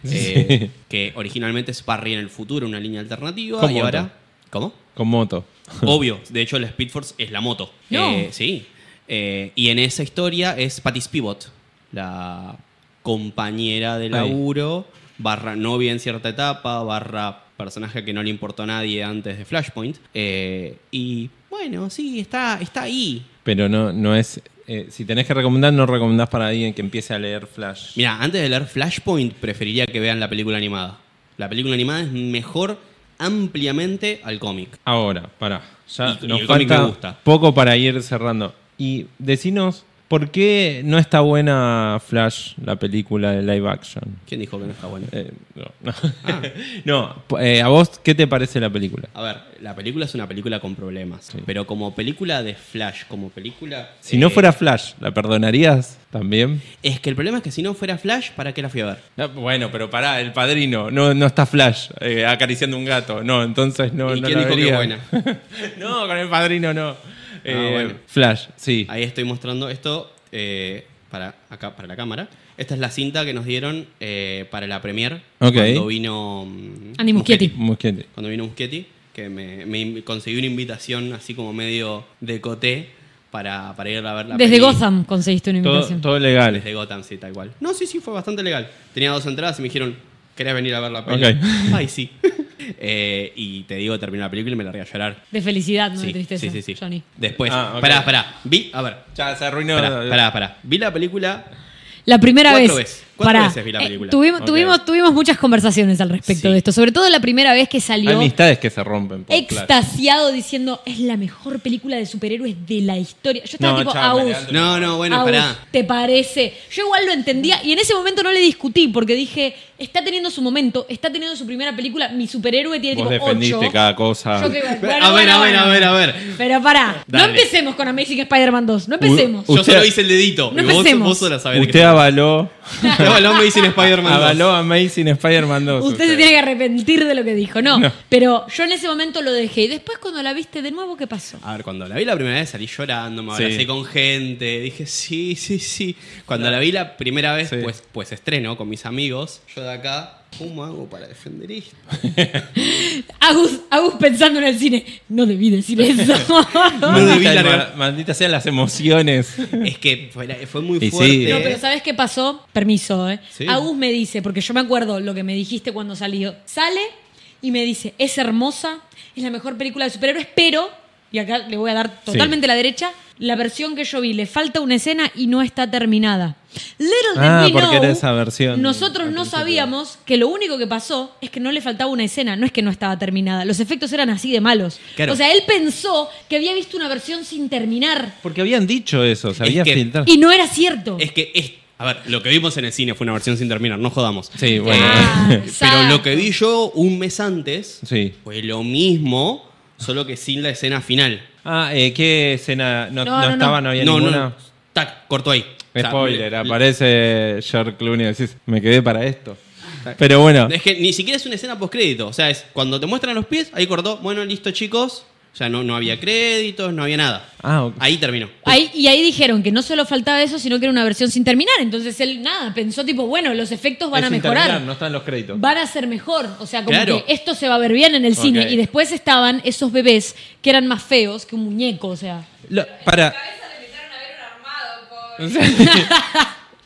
Speaker 3: eh, Que originalmente es Parry en el futuro, una línea alternativa.
Speaker 1: Con
Speaker 3: y
Speaker 1: moto.
Speaker 3: ahora. ¿Cómo?
Speaker 1: Con moto.
Speaker 3: Obvio, de hecho la Speed Force es la moto.
Speaker 2: No.
Speaker 3: Eh, sí. Eh, y en esa historia es Patty Spivot, la compañera de
Speaker 1: Ahí.
Speaker 3: laburo barra novia en cierta etapa, barra personaje que no le importó a nadie antes de Flashpoint. Eh, y bueno, sí, está, está ahí.
Speaker 1: Pero no, no es. eh, si tenés que recomendar, no recomendás para alguien que empiece a leer Flash.
Speaker 3: Mira, antes de leer Flashpoint, preferiría que vean la película animada. La película animada es mejor ampliamente al cómic.
Speaker 1: Ahora, pará. Ya
Speaker 3: Y- y
Speaker 1: nos
Speaker 3: el cómic
Speaker 1: falta
Speaker 3: me gusta.
Speaker 1: poco para ir cerrando. Y decinos, ¿por qué no está buena Flash, la película de live action?
Speaker 3: ¿Quién dijo que no está bueno?
Speaker 1: Eh, no, no. [LAUGHS] No, eh, ¿a vos qué te parece la película?
Speaker 3: A ver, la película es una película con problemas, pero como película de Flash, como película...
Speaker 1: Si no
Speaker 3: eh,
Speaker 1: fuera Flash, ¿la perdonarías también?
Speaker 3: Es que el problema es que si no fuera Flash, ¿para qué la fui a ver?
Speaker 1: No, bueno, pero pará, el padrino, no, no está Flash eh, acariciando un gato, no, entonces no,
Speaker 3: ¿Y
Speaker 1: no
Speaker 3: quién
Speaker 1: la
Speaker 3: dijo que
Speaker 1: vería. [LAUGHS]
Speaker 3: buena?
Speaker 1: no, con el padrino no. Eh,
Speaker 3: bueno.
Speaker 1: Flash, sí.
Speaker 3: Ahí estoy mostrando esto eh, para acá para la cámara. Esta es la cinta que nos dieron eh, para la premier
Speaker 1: Ok.
Speaker 3: cuando vino mm,
Speaker 2: Andy Muschietti.
Speaker 1: Muschietti.
Speaker 3: Cuando vino Muschetti, que me, me in- conseguí una invitación así como medio de coté para, para ir a ver la
Speaker 2: Desde
Speaker 3: peli.
Speaker 2: Gotham conseguiste una
Speaker 1: Todo,
Speaker 2: invitación.
Speaker 1: todo legal.
Speaker 3: Desde Gotham, sí, tal cual. No, sí, sí, fue bastante legal. Tenía dos entradas y me dijeron, ¿querés venir a ver la peli?
Speaker 1: Ok.
Speaker 3: Ay, sí. [LAUGHS] Eh, y te digo, terminé la película y me largué a llorar.
Speaker 2: De felicidad, no
Speaker 3: Sí,
Speaker 2: de tristeza,
Speaker 3: sí, sí, sí.
Speaker 2: Johnny.
Speaker 3: Después,
Speaker 1: Ah, ok.
Speaker 3: pará, pará. Vi, a ver,
Speaker 1: Ya se arruinó.
Speaker 3: pará, pará, pará. Vi la película
Speaker 2: La primera
Speaker 3: Cuatro
Speaker 2: vez.
Speaker 3: veces. Cuatro
Speaker 2: Pará.
Speaker 3: veces vi la
Speaker 2: Eh,
Speaker 3: película.
Speaker 2: tuvimos,
Speaker 1: Ok.
Speaker 2: tuvimos, tuvimos muchas conversaciones al respecto
Speaker 3: Sí.
Speaker 2: de esto. Sobre todo la primera vez que salió
Speaker 1: Amistades que se rompen. Por Flash.
Speaker 2: extasiado diciendo es la mejor película de superhéroes de la historia. Yo estaba
Speaker 1: No,
Speaker 2: tipo,
Speaker 1: chao,
Speaker 2: Aus,
Speaker 1: Mariano.
Speaker 3: No, no, bueno,
Speaker 2: Agus,
Speaker 3: pará.
Speaker 2: ¿Te parece? Yo igual lo entendía y en ese momento no le discutí porque dije, está teniendo su momento, está teniendo su primera película, mi superhéroe tiene
Speaker 1: Vos
Speaker 2: tipo
Speaker 1: defendiste
Speaker 2: 8.
Speaker 1: cada cosa.
Speaker 2: Yo que- bueno,
Speaker 3: a ver,
Speaker 2: bueno,
Speaker 3: a ver,
Speaker 2: bueno.
Speaker 3: a ver, a ver.
Speaker 2: Pero pará, no
Speaker 3: Dale.
Speaker 2: empecemos con Amazing Spider-Man 2, no empecemos.
Speaker 1: U-
Speaker 3: Yo
Speaker 1: Usted-
Speaker 3: solo hice el dedito.
Speaker 2: No
Speaker 3: y vos,
Speaker 2: empecemos.
Speaker 3: vos solo sabés de qué
Speaker 1: Usted avaló,
Speaker 3: se [LAUGHS] trata. Avaló me dicen Spider-Man.
Speaker 1: avaló
Speaker 3: 2.
Speaker 1: Amazing Spider-Man 2.
Speaker 2: Usted se tiene que arrepentir de lo que dijo, no,
Speaker 1: No.
Speaker 2: Pero yo en ese momento lo dejé. Y después cuando la viste de nuevo, ¿qué pasó?
Speaker 3: A ver, cuando la vi la primera vez salí llorando, me
Speaker 1: Sí.
Speaker 3: abracé con gente, dije sí, sí, sí. Cuando la vi la primera vez,
Speaker 1: Sí.
Speaker 3: pues, pues estreno con mis amigos, yo de acá, ¿cómo hago para defender
Speaker 1: [LAUGHS]
Speaker 3: esto?
Speaker 2: Agus, Agus pensando en el cine, no debí decir eso.
Speaker 3: No debí
Speaker 1: Maldita,
Speaker 3: largar.
Speaker 1: maldita sean las emociones.
Speaker 3: es que fue, la- fue muy
Speaker 1: Y sí.
Speaker 3: fuerte.
Speaker 2: No, pero ¿sabes qué pasó? Permiso, ¿eh?
Speaker 3: Sí.
Speaker 2: Agus me dice, porque yo me acuerdo lo que me dijiste cuando salió. Sale y me dice, es hermosa, es la mejor película de superhéroes, pero, y acá le voy a dar totalmente la derecha, la versión que yo vi, le falta una escena y no está terminada. Little did
Speaker 1: Ah,
Speaker 2: we
Speaker 1: porque
Speaker 2: know,
Speaker 1: era esa versión
Speaker 2: Nosotros
Speaker 1: al
Speaker 2: no
Speaker 1: principio.
Speaker 2: sabíamos que lo único que pasó es que no le faltaba una escena, no es que no estaba terminada. Los efectos eran así de malos.
Speaker 3: Claro.
Speaker 2: O sea, él pensó que había visto una versión sin terminar
Speaker 1: Porque habían dicho eso, se
Speaker 3: Es
Speaker 1: había
Speaker 3: que-
Speaker 1: filtrado.
Speaker 2: y no era cierto.
Speaker 3: Es que es, a ver, lo que vimos en el cine fue una versión sin terminar, no jodamos. Eh,
Speaker 1: Sí, bueno.
Speaker 2: Ah, [LAUGHS]
Speaker 3: [LAUGHS] Pero
Speaker 2: exacto.
Speaker 3: lo que vi yo un mes antes
Speaker 1: Sí.
Speaker 3: fue lo mismo, solo que sin la escena final.
Speaker 1: Ah, eh, ¿qué escena? No,
Speaker 2: No,
Speaker 1: no
Speaker 2: no, no.
Speaker 1: estaba, no había
Speaker 3: no,
Speaker 1: ninguna.
Speaker 3: no, tac, corto ahí. O sea,
Speaker 1: Spoiler,
Speaker 3: le-
Speaker 1: aparece George Clooney y decís, me quedé para esto. Pero bueno,
Speaker 3: Es que ni siquiera es una escena postcrédito. O sea, es cuando te muestran los pies, ahí cortó, bueno, listo, chicos. O sea, no, no había créditos, no había nada.
Speaker 1: Ah, ok.
Speaker 3: Ahí terminó.
Speaker 2: Ahí- y ahí dijeron que no solo faltaba eso, sino que era una versión sin terminar. Entonces él, nada, pensó tipo, bueno, los efectos van
Speaker 1: es
Speaker 2: a
Speaker 1: sin
Speaker 2: mejorar.
Speaker 1: terminar, no están los créditos.
Speaker 2: Van a ser mejor. O sea, como
Speaker 3: Claro.
Speaker 2: que esto se va a ver bien en el cine.
Speaker 1: Ok.
Speaker 2: Y después estaban esos bebés que eran más feos que un muñeco. O sea,
Speaker 1: Lo- para.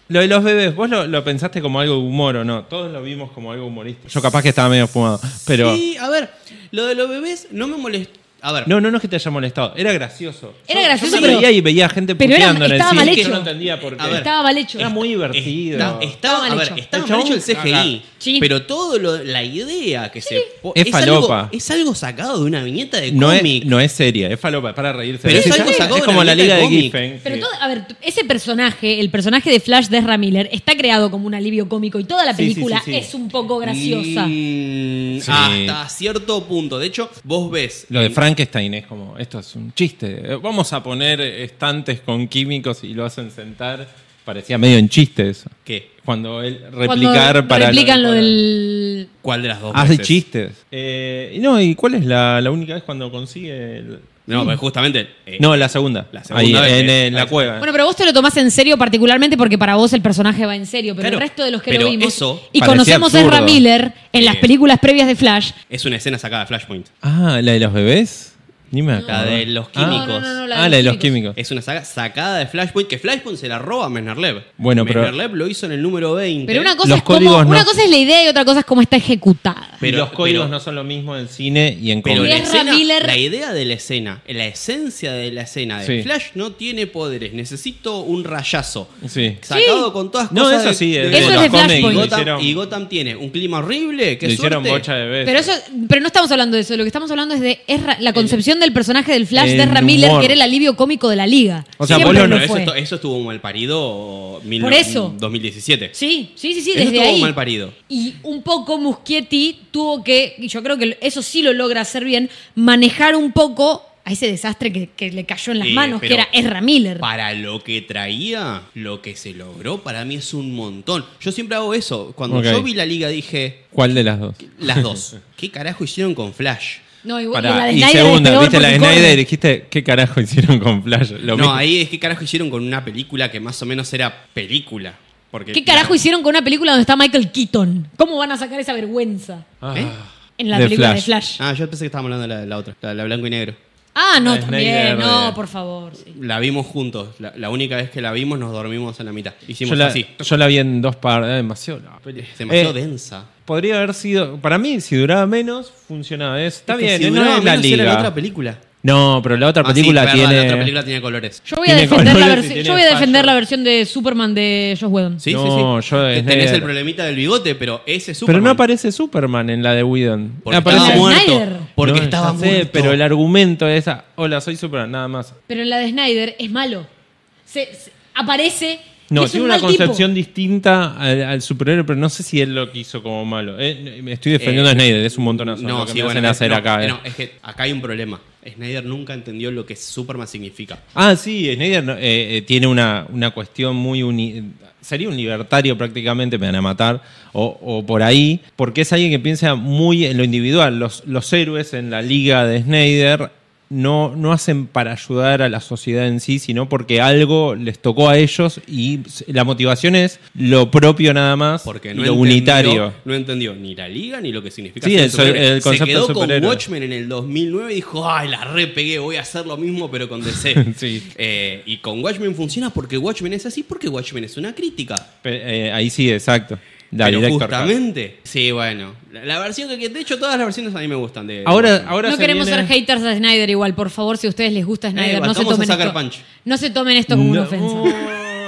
Speaker 1: Lo de los bebés, vos lo, lo pensaste como algo de humor o no? Todos lo vimos como algo humorista. Yo capaz que estaba medio fumado, pero
Speaker 3: Sí, a ver, lo de los bebés no me molestó. A ver,
Speaker 1: no, no, no es que te haya molestado, era gracioso.
Speaker 2: Era
Speaker 1: Yo-
Speaker 2: gracioso,
Speaker 1: yo me
Speaker 2: pero-
Speaker 1: reía y veía gente
Speaker 2: pero era-
Speaker 1: puteando en el
Speaker 2: estaba
Speaker 1: cine,
Speaker 2: mal
Speaker 1: que
Speaker 2: hecho.
Speaker 1: yo no entendía por qué.
Speaker 3: A ver,
Speaker 2: estaba mal hecho.
Speaker 1: era muy divertido.
Speaker 3: está,
Speaker 2: Estaba
Speaker 3: estaba,
Speaker 2: mal
Speaker 3: a ver,
Speaker 2: hecho.
Speaker 3: estaba
Speaker 1: El
Speaker 3: mal hecho
Speaker 1: chabón
Speaker 3: el CGI.
Speaker 1: caga.
Speaker 2: Sí.
Speaker 3: Pero todo lo, la idea que se po-
Speaker 1: Es falopa.
Speaker 3: Algo, es algo sacado de una viñeta de
Speaker 1: no,
Speaker 3: cómic.
Speaker 1: es, no es seria, es falopa, es para reírse.
Speaker 3: Pero es algo
Speaker 1: es
Speaker 3: sacado de
Speaker 1: como
Speaker 3: una
Speaker 1: la liga
Speaker 3: liga de
Speaker 1: de
Speaker 3: cómic.
Speaker 1: Giffen.
Speaker 2: Pero
Speaker 1: que-
Speaker 2: todo, a ver, t- ese personaje, el personaje de Flash de Ezra Miller, está creado como un alivio cómico y toda la
Speaker 1: Sí, sí,
Speaker 2: película
Speaker 1: sí, sí.
Speaker 2: es un poco graciosa.
Speaker 3: Mm,
Speaker 1: Sí.
Speaker 3: Hasta cierto punto. De hecho, vos ves.
Speaker 1: Lo de
Speaker 3: en-
Speaker 1: Frankenstein es como, esto es un chiste. Eh, Vamos a poner estantes con químicos y lo hacen sentar. Parecía medio en chiste eso.
Speaker 3: ¿Qué?
Speaker 1: Cuando él
Speaker 2: Cuando
Speaker 1: replicar para...
Speaker 2: replican lo
Speaker 1: para-
Speaker 2: del
Speaker 3: ¿Cuál de las dos?
Speaker 1: Hace
Speaker 3: veces?
Speaker 1: chistes. Eh, y no, ¿y cuál es la, la única vez cuando consigue... el-
Speaker 3: No, pues justamente. eh,
Speaker 1: No, la segunda.
Speaker 3: La segunda
Speaker 1: Ahí,
Speaker 3: vez,
Speaker 1: en,
Speaker 3: eh.
Speaker 1: en la
Speaker 3: Ahí.
Speaker 1: cueva.
Speaker 2: Bueno, pero vos te lo tomás en serio particularmente porque para vos el personaje va en serio, pero el
Speaker 3: Claro,
Speaker 2: resto de los que lo
Speaker 3: pero
Speaker 2: vimos
Speaker 3: eso
Speaker 2: y
Speaker 1: parecía
Speaker 2: conocemos a
Speaker 1: absurdo.
Speaker 2: Ezra Miller en las
Speaker 3: Eh.
Speaker 2: películas previas de Flash,
Speaker 3: Es una escena sacada de Flashpoint.
Speaker 1: Ah, la de los bebés. Ni me
Speaker 3: La
Speaker 1: acuerdo.
Speaker 3: de los
Speaker 1: Ah.
Speaker 3: químicos.
Speaker 2: No, no, no,
Speaker 1: Ah, la de los químicos.
Speaker 3: Es una saga sacada de Flashpoint, que Flashpoint se la roba a Messnerlev.
Speaker 1: Bueno, pero-
Speaker 3: Messnerlev lo hizo en el número 20.
Speaker 2: Pero una cosa,
Speaker 1: Los
Speaker 2: es cómo-
Speaker 1: códigos no-
Speaker 2: una cosa es la idea y otra cosa es cómo está ejecutada.
Speaker 1: Pero,
Speaker 3: Pero-
Speaker 1: los códigos
Speaker 3: pero-
Speaker 1: no son lo mismo en cine y en
Speaker 3: Pero
Speaker 1: cómics.
Speaker 3: la,
Speaker 2: Ezra
Speaker 3: escena-
Speaker 2: Miller-
Speaker 3: la idea de la escena, la esencia de la escena de
Speaker 1: Sí.
Speaker 3: Flash no tiene poderes, necesito un rayazo.
Speaker 1: Sí.
Speaker 3: Sacado con todas
Speaker 1: No,
Speaker 3: cosas
Speaker 1: eso
Speaker 3: de-
Speaker 1: sí,
Speaker 3: de
Speaker 1: es
Speaker 2: Eso
Speaker 1: de
Speaker 2: es
Speaker 1: los
Speaker 2: de
Speaker 1: cómics.
Speaker 3: Y
Speaker 2: Flashpoint.
Speaker 1: Lo
Speaker 3: Gotham,
Speaker 1: hicieron,
Speaker 3: y Gotham tiene un clima horrible, que
Speaker 1: lo hicieron
Speaker 3: suerte.
Speaker 1: bocha de veces.
Speaker 2: Pero eso, pero no estamos hablando de eso. Lo que estamos hablando es de Ezra- la concepción del personaje del Flash
Speaker 1: el
Speaker 2: de Ezra Miller,
Speaker 1: humor.
Speaker 2: que era el alivio cómico de la liga.
Speaker 1: O sea,
Speaker 2: Siempre
Speaker 1: vos lo-
Speaker 2: lo
Speaker 3: eso,
Speaker 2: fue.
Speaker 3: estu- eso estuvo mal parido eh, mil-
Speaker 2: Por eso.
Speaker 3: 2017.
Speaker 2: Sí, sí, sí, sí,
Speaker 3: Eso
Speaker 2: desde
Speaker 3: estuvo
Speaker 2: ahí.
Speaker 3: mal parido.
Speaker 2: Y un poco Muschietti tuvo que, y yo creo que eso sí lo logra hacer bien, manejar un poco a ese desastre que, que le cayó en las
Speaker 3: Sí,
Speaker 2: manos, que
Speaker 3: pero-
Speaker 2: era Ezra Miller.
Speaker 3: Para lo que traía, lo que se logró, para mí es un montón. Yo siempre hago eso. Cuando
Speaker 1: Ok.
Speaker 3: yo vi la liga dije,
Speaker 1: ¿Cuál de las dos?
Speaker 3: las
Speaker 1: [LAUGHS]
Speaker 3: dos. ¿Qué carajo hicieron con Flash?
Speaker 2: No, igual
Speaker 1: Pará,
Speaker 2: y la de
Speaker 1: y
Speaker 2: Snyder es
Speaker 1: segunda,
Speaker 2: peor
Speaker 1: viste la
Speaker 2: porque
Speaker 1: de
Speaker 2: corre.
Speaker 1: Snyder y dijiste, ¿qué carajo hicieron con Flash? Lo
Speaker 3: no,
Speaker 1: mismo.
Speaker 3: ahí es qué carajo hicieron con una película que más o menos era película. Porque,
Speaker 2: ¿Qué carajo hicieron con una película donde está Michael Keaton? ¿Cómo van a sacar esa vergüenza
Speaker 1: Ah.
Speaker 3: ¿Eh?
Speaker 2: en la
Speaker 1: De
Speaker 2: película de
Speaker 1: Flash.
Speaker 2: Flash?
Speaker 3: Ah, yo pensé que estábamos hablando de la, la otra, la, la blanco y negro.
Speaker 2: Ah,
Speaker 1: La
Speaker 2: no,
Speaker 1: de
Speaker 2: también,
Speaker 1: Snyder,
Speaker 2: no,
Speaker 1: eh.
Speaker 2: por favor. sí.
Speaker 3: La vimos juntos. La, la única vez que la vimos nos dormimos en la mitad.
Speaker 1: Yo,
Speaker 3: Hicimos
Speaker 1: la,
Speaker 3: así.
Speaker 1: yo la vi en dos partes. eh, demasiado. la peli.
Speaker 3: Es demasiado
Speaker 1: Eh,
Speaker 3: densa.
Speaker 1: Podría haber sido. Para mí, si duraba menos, funcionaba. Es- Está
Speaker 3: Es que
Speaker 1: bien,
Speaker 3: si
Speaker 1: no
Speaker 3: duraba
Speaker 1: es la
Speaker 3: menos era
Speaker 1: liga.
Speaker 3: otra película.
Speaker 1: No, pero la otra
Speaker 3: Ah, sí,
Speaker 1: película
Speaker 3: verdad,
Speaker 1: tiene.
Speaker 3: La otra película tenía colores.
Speaker 2: Yo voy a
Speaker 1: Tiene
Speaker 2: defender, la,
Speaker 1: colores y
Speaker 2: versi-
Speaker 1: tiene
Speaker 2: yo voy a defender
Speaker 1: fallos.
Speaker 2: la versión de Superman de Josh Whedon.
Speaker 3: Sí,
Speaker 1: No,
Speaker 3: sí, sí.
Speaker 1: yo
Speaker 3: Que
Speaker 1: es
Speaker 3: tenés
Speaker 1: de-
Speaker 3: el problemita del bigote, pero ese es
Speaker 1: Pero no
Speaker 3: Superman.
Speaker 1: aparece Superman en la de Whedon.
Speaker 3: Porque
Speaker 1: Aparece-
Speaker 2: La de
Speaker 3: estaba muerto.
Speaker 2: Snyder.
Speaker 3: Porque
Speaker 1: No,
Speaker 3: estaba
Speaker 1: ya sé,
Speaker 3: muerto.
Speaker 1: Pero el argumento es: ah, Hola, soy Superman, nada más.
Speaker 2: Pero en la de Snyder es malo. Se, se- aparece. y
Speaker 1: No,
Speaker 2: es un
Speaker 1: tiene una
Speaker 2: mal tipo.
Speaker 1: concepción distinta al, al superhéroe, pero no sé si él lo quiso como malo. Eh, me estoy defendiendo
Speaker 3: Eh,
Speaker 1: a Snyder, es un montonazo.
Speaker 3: No,
Speaker 1: lo que
Speaker 3: sí,
Speaker 1: me
Speaker 3: bueno,
Speaker 1: hacen
Speaker 3: es-
Speaker 1: hacer
Speaker 3: no,
Speaker 1: acá. eh.
Speaker 3: no, es que acá hay un problema. Snyder nunca entendió lo que Superman significa.
Speaker 1: Ah, sí, Snyder no, eh, eh, tiene una, una cuestión muy... uni- sería un libertario prácticamente, me van a matar, o, o por ahí, porque es alguien que piensa muy en lo individual. Los, los héroes en la liga de Snyder no, no hacen para ayudar a la sociedad en sí, sino porque algo les tocó a ellos y s- la motivación es lo propio nada más,
Speaker 3: Porque
Speaker 1: y
Speaker 3: no
Speaker 1: lo
Speaker 3: entendió,
Speaker 1: unitario.
Speaker 3: No entendió ni la liga ni lo que significa.
Speaker 1: Sí,
Speaker 3: ser
Speaker 1: el so-
Speaker 3: superhéroe.
Speaker 1: el concepto
Speaker 3: Se quedó
Speaker 1: de superhéroe.
Speaker 3: con Watchmen en el 2009 y dijo, ay, la repegué, voy a hacer lo mismo pero con DC.
Speaker 1: [LAUGHS] Sí.
Speaker 3: Eh, y con Watchmen funciona porque Watchmen es así, porque Watchmen es una crítica.
Speaker 1: Pe- eh, ahí sí, exacto. La
Speaker 3: pero
Speaker 1: director Cut.
Speaker 3: justamente, sí, bueno. La, la versión que, de hecho, todas las versiones a mí me gustan. De, de
Speaker 1: Ahora,
Speaker 3: Watchmen.
Speaker 1: ahora
Speaker 2: No
Speaker 1: se
Speaker 2: queremos
Speaker 1: viene-
Speaker 2: ser haters a Snyder igual, por favor, si a ustedes les gusta Snyder,
Speaker 3: igual,
Speaker 2: no se
Speaker 3: vamos a
Speaker 2: tomen
Speaker 3: sacar
Speaker 2: esto.
Speaker 3: punch.
Speaker 2: No se tomen esto como una
Speaker 1: No, Uh,
Speaker 2: ofensa.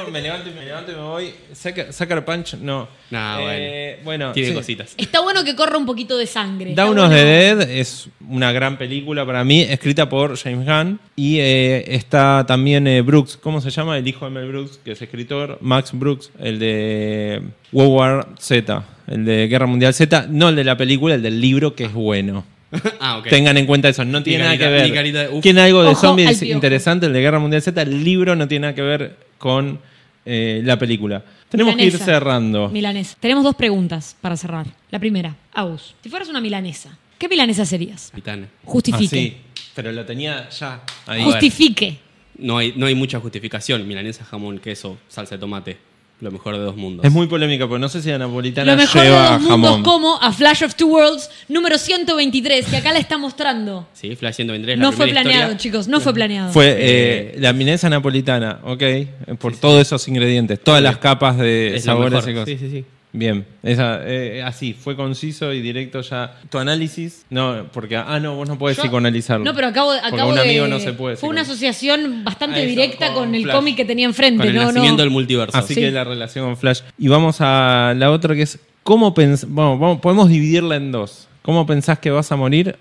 Speaker 1: me levanto y me levanto y me voy. Saca- Sucker Punch, no.
Speaker 3: No,
Speaker 1: Eh, bueno.
Speaker 3: Tiene
Speaker 1: sí.
Speaker 3: cositas. [LAUGHS]
Speaker 2: Está bueno que corra un poquito de sangre. está
Speaker 1: Down of
Speaker 2: bueno.
Speaker 1: the Dead es una gran película para mí, escrita por James Gunn. Y eh, está también eh, Brooks, ¿cómo se llama? El hijo de Mel Brooks, que es escritor. Max Brooks, el de World War Z, el de Guerra Mundial Z. No el de la película, el del libro, que es bueno.
Speaker 3: ah, ok.
Speaker 1: Tengan en cuenta eso, no tiene
Speaker 3: carita-
Speaker 1: nada
Speaker 3: mi
Speaker 1: que
Speaker 3: carita de
Speaker 1: ver.
Speaker 3: uf.
Speaker 1: tiene algo de
Speaker 2: Ojo al
Speaker 1: zombies
Speaker 2: piojo.
Speaker 1: interesante, el de Guerra Mundial Z, el libro no tiene nada que ver con eh, la película. Tenemos que ir
Speaker 2: Milanesa.
Speaker 1: cerrando.
Speaker 2: Milanesa. Tenemos dos preguntas para cerrar. La primera, Agus, si fueras una milanesa, ¿qué milanesa serías?
Speaker 3: Capitana.
Speaker 1: Ah,
Speaker 2: Justifique.
Speaker 1: sí, pero lo tenía ya ahí.
Speaker 2: Justifique.
Speaker 3: No hay, no hay mucha justificación. Milanesa, jamón, queso, salsa de tomate. Lo mejor de dos mundos.
Speaker 1: Es muy polémica, porque no sé si la napolitana
Speaker 2: Lo mejor de
Speaker 1: lleva
Speaker 2: dos mundos
Speaker 1: jamón.
Speaker 2: como a Flash of Two Worlds número 123, que acá la está mostrando.
Speaker 3: Sí, Flash 123. la
Speaker 2: No fue
Speaker 3: primera
Speaker 2: planeado,
Speaker 3: historia.
Speaker 2: chicos, no fue planeado.
Speaker 1: Fue eh, la milanesa napolitana, ok, eh, por todos esos ingredientes, todas las capas de
Speaker 3: Es lo
Speaker 1: sabores
Speaker 3: mejor.
Speaker 1: y cosas.
Speaker 3: Sí, sí, sí.
Speaker 1: Bien, esa, eh, así, fue conciso y directo ya. ¿Tu análisis? No, porque, ah, no, vos no podés
Speaker 2: Yo-
Speaker 1: psicoanalizarlo.
Speaker 2: No, pero acabo,
Speaker 1: Porque
Speaker 2: acabo
Speaker 1: un
Speaker 2: de.
Speaker 1: amigo no se puede.
Speaker 2: fue una
Speaker 1: psicoanalizar.
Speaker 2: asociación bastante
Speaker 1: Ahí está,
Speaker 2: directa
Speaker 1: con
Speaker 2: con, el
Speaker 1: Flash.
Speaker 2: cómic que tenía enfrente,
Speaker 3: Con el
Speaker 2: ¿no?
Speaker 3: nacimiento
Speaker 2: no.
Speaker 3: del multiverso.
Speaker 1: Así
Speaker 2: Sí.
Speaker 1: que la relación con Flash. Y vamos a la otra que es, ¿cómo pensás? Vamos, vamos, podemos dividirla en dos. ¿Cómo pensás que vas a morir?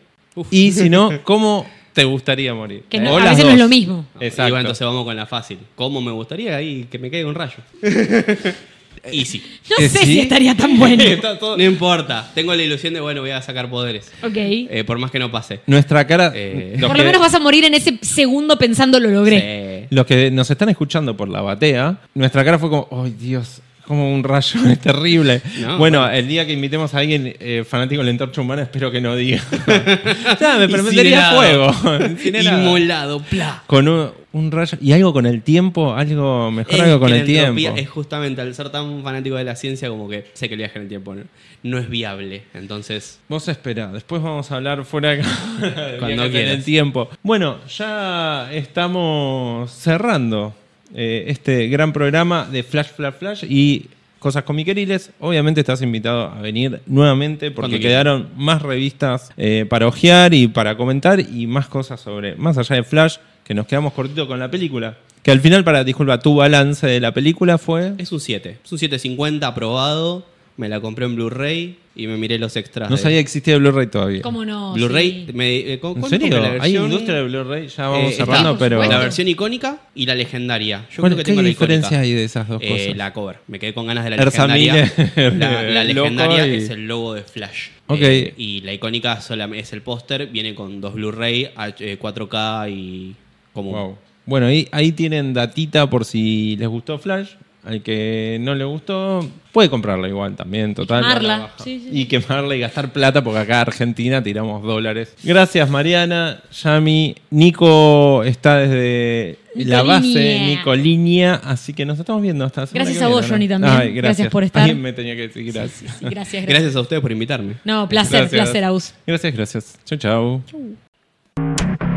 Speaker 1: Y si no, ¿cómo te gustaría morir?
Speaker 2: Que no-
Speaker 1: O
Speaker 2: a
Speaker 1: las
Speaker 2: veces no es
Speaker 1: dos.
Speaker 2: lo mismo.
Speaker 3: No, Ah, y
Speaker 1: Exacto.
Speaker 3: bueno, entonces vamos con la fácil. ¿Cómo me gustaría ahí que me caiga
Speaker 1: [LAUGHS]
Speaker 3: un rayo? Easy.
Speaker 2: No
Speaker 1: Eh,
Speaker 2: sé
Speaker 1: sí. Eh,
Speaker 2: si estaría tan
Speaker 1: [LAUGHS]
Speaker 3: [LAUGHS]
Speaker 2: bueno.
Speaker 3: No importa. Tengo la ilusión de, bueno, voy a sacar poderes.
Speaker 2: ok.
Speaker 3: Eh, por más que no pase.
Speaker 1: Nuestra cara...
Speaker 3: Eh,
Speaker 1: los
Speaker 2: Por
Speaker 1: que-
Speaker 2: lo menos vas a morir en ese segundo pensando lo logré.
Speaker 3: Sí.
Speaker 1: Los que nos están escuchando por la batea, nuestra cara fue como, ¡ay Dios! como un rayo, [LAUGHS] es terrible.
Speaker 3: No,
Speaker 1: bueno, el día que invitemos a alguien eh, fanático de la antorcha humana, espero que no
Speaker 3: [LAUGHS]
Speaker 1: diga. ya, [LAUGHS] me permitiría
Speaker 3: Incinerado.
Speaker 1: fuego.
Speaker 3: [LAUGHS]
Speaker 1: Incinerado.
Speaker 3: Inmolado, pla.
Speaker 1: Con un, un rayo. Y algo con el tiempo, algo mejor, algo con
Speaker 3: que
Speaker 1: el
Speaker 3: la
Speaker 1: tiempo.
Speaker 3: entropía Es justamente al ser tan fanático de la ciencia como que sé que el viaje en el tiempo no, no es viable. Entonces,
Speaker 1: Vos espera, después vamos a hablar fuera de
Speaker 3: [LAUGHS]
Speaker 1: cámara de
Speaker 3: Cuando
Speaker 1: viajes en el
Speaker 3: quieras.
Speaker 1: tiempo. Bueno, ya estamos cerrando eh, este gran programa de Flash, Flash, Flash y cosas comiqueriles. Obviamente estás invitado a venir nuevamente porque
Speaker 3: Cuando quieras.
Speaker 1: quedaron más revistas eh, para hojear y para comentar y más cosas sobre, más allá de Flash, que nos quedamos cortito con la película. Que al final, para, disculpa, tu balance de la película fue...
Speaker 3: es un 7. Es un 750 aprobado. Me la compré en Blu-ray y me miré los extras.
Speaker 1: No
Speaker 3: de-
Speaker 1: sabía que existía Blu-ray todavía.
Speaker 2: ¿Cómo no?
Speaker 3: Blu-ray.
Speaker 2: Oh, Sí.
Speaker 3: me- eh, ¿cu-
Speaker 1: ¿En
Speaker 3: cuánto
Speaker 1: serio?
Speaker 3: compré la
Speaker 1: Hay
Speaker 3: versión?
Speaker 1: industria de Blu-ray, ya vamos
Speaker 3: Eh,
Speaker 1: cerrando,
Speaker 2: está-
Speaker 1: pero...
Speaker 2: Por
Speaker 3: La
Speaker 2: supuesto.
Speaker 3: versión icónica y la legendaria. Yo
Speaker 1: ¿Cuál-
Speaker 3: creo que
Speaker 1: ¿Qué
Speaker 3: tengo la
Speaker 1: diferencia
Speaker 3: icónica.
Speaker 1: hay de esas dos
Speaker 3: Eh,
Speaker 1: cosas?
Speaker 3: La cover. Me quedé con ganas de la
Speaker 1: Erza
Speaker 3: legendaria.
Speaker 1: Miller,
Speaker 3: [LAUGHS] La, la
Speaker 1: loco
Speaker 3: legendaria
Speaker 1: y-
Speaker 3: es el logo de Flash.
Speaker 1: Ok.
Speaker 3: Eh, y la icónica solam- es el póster. Viene con dos Blu-ray, H- eh, 4K y común.
Speaker 1: Wow. Bueno, ahí, ahí tienen datita por si les gustó Flash. Al que no le gustó, puede comprarla igual también, total.
Speaker 2: quemarla.
Speaker 1: a la baja.
Speaker 2: Sí, sí,
Speaker 1: Y quemarla y gastar plata, porque acá en Argentina tiramos dólares. Gracias, Mariana, Yami. Nico está desde la base,
Speaker 2: Nicolínea.
Speaker 1: Nico Línea. Así que nos estamos viendo hasta la semana
Speaker 2: Gracias
Speaker 1: que
Speaker 2: a
Speaker 1: viene,
Speaker 2: vos,
Speaker 1: ¿no?
Speaker 2: Johnny, también. Gracias por estar.
Speaker 1: Alguien me tenía que decir gracias. [LAUGHS]
Speaker 2: Sí, gracias, gracias.
Speaker 3: Gracias a ustedes por invitarme.
Speaker 2: No, placer,
Speaker 1: Gracias.
Speaker 2: placer, Aus.
Speaker 1: Gracias, gracias. Chau, chau.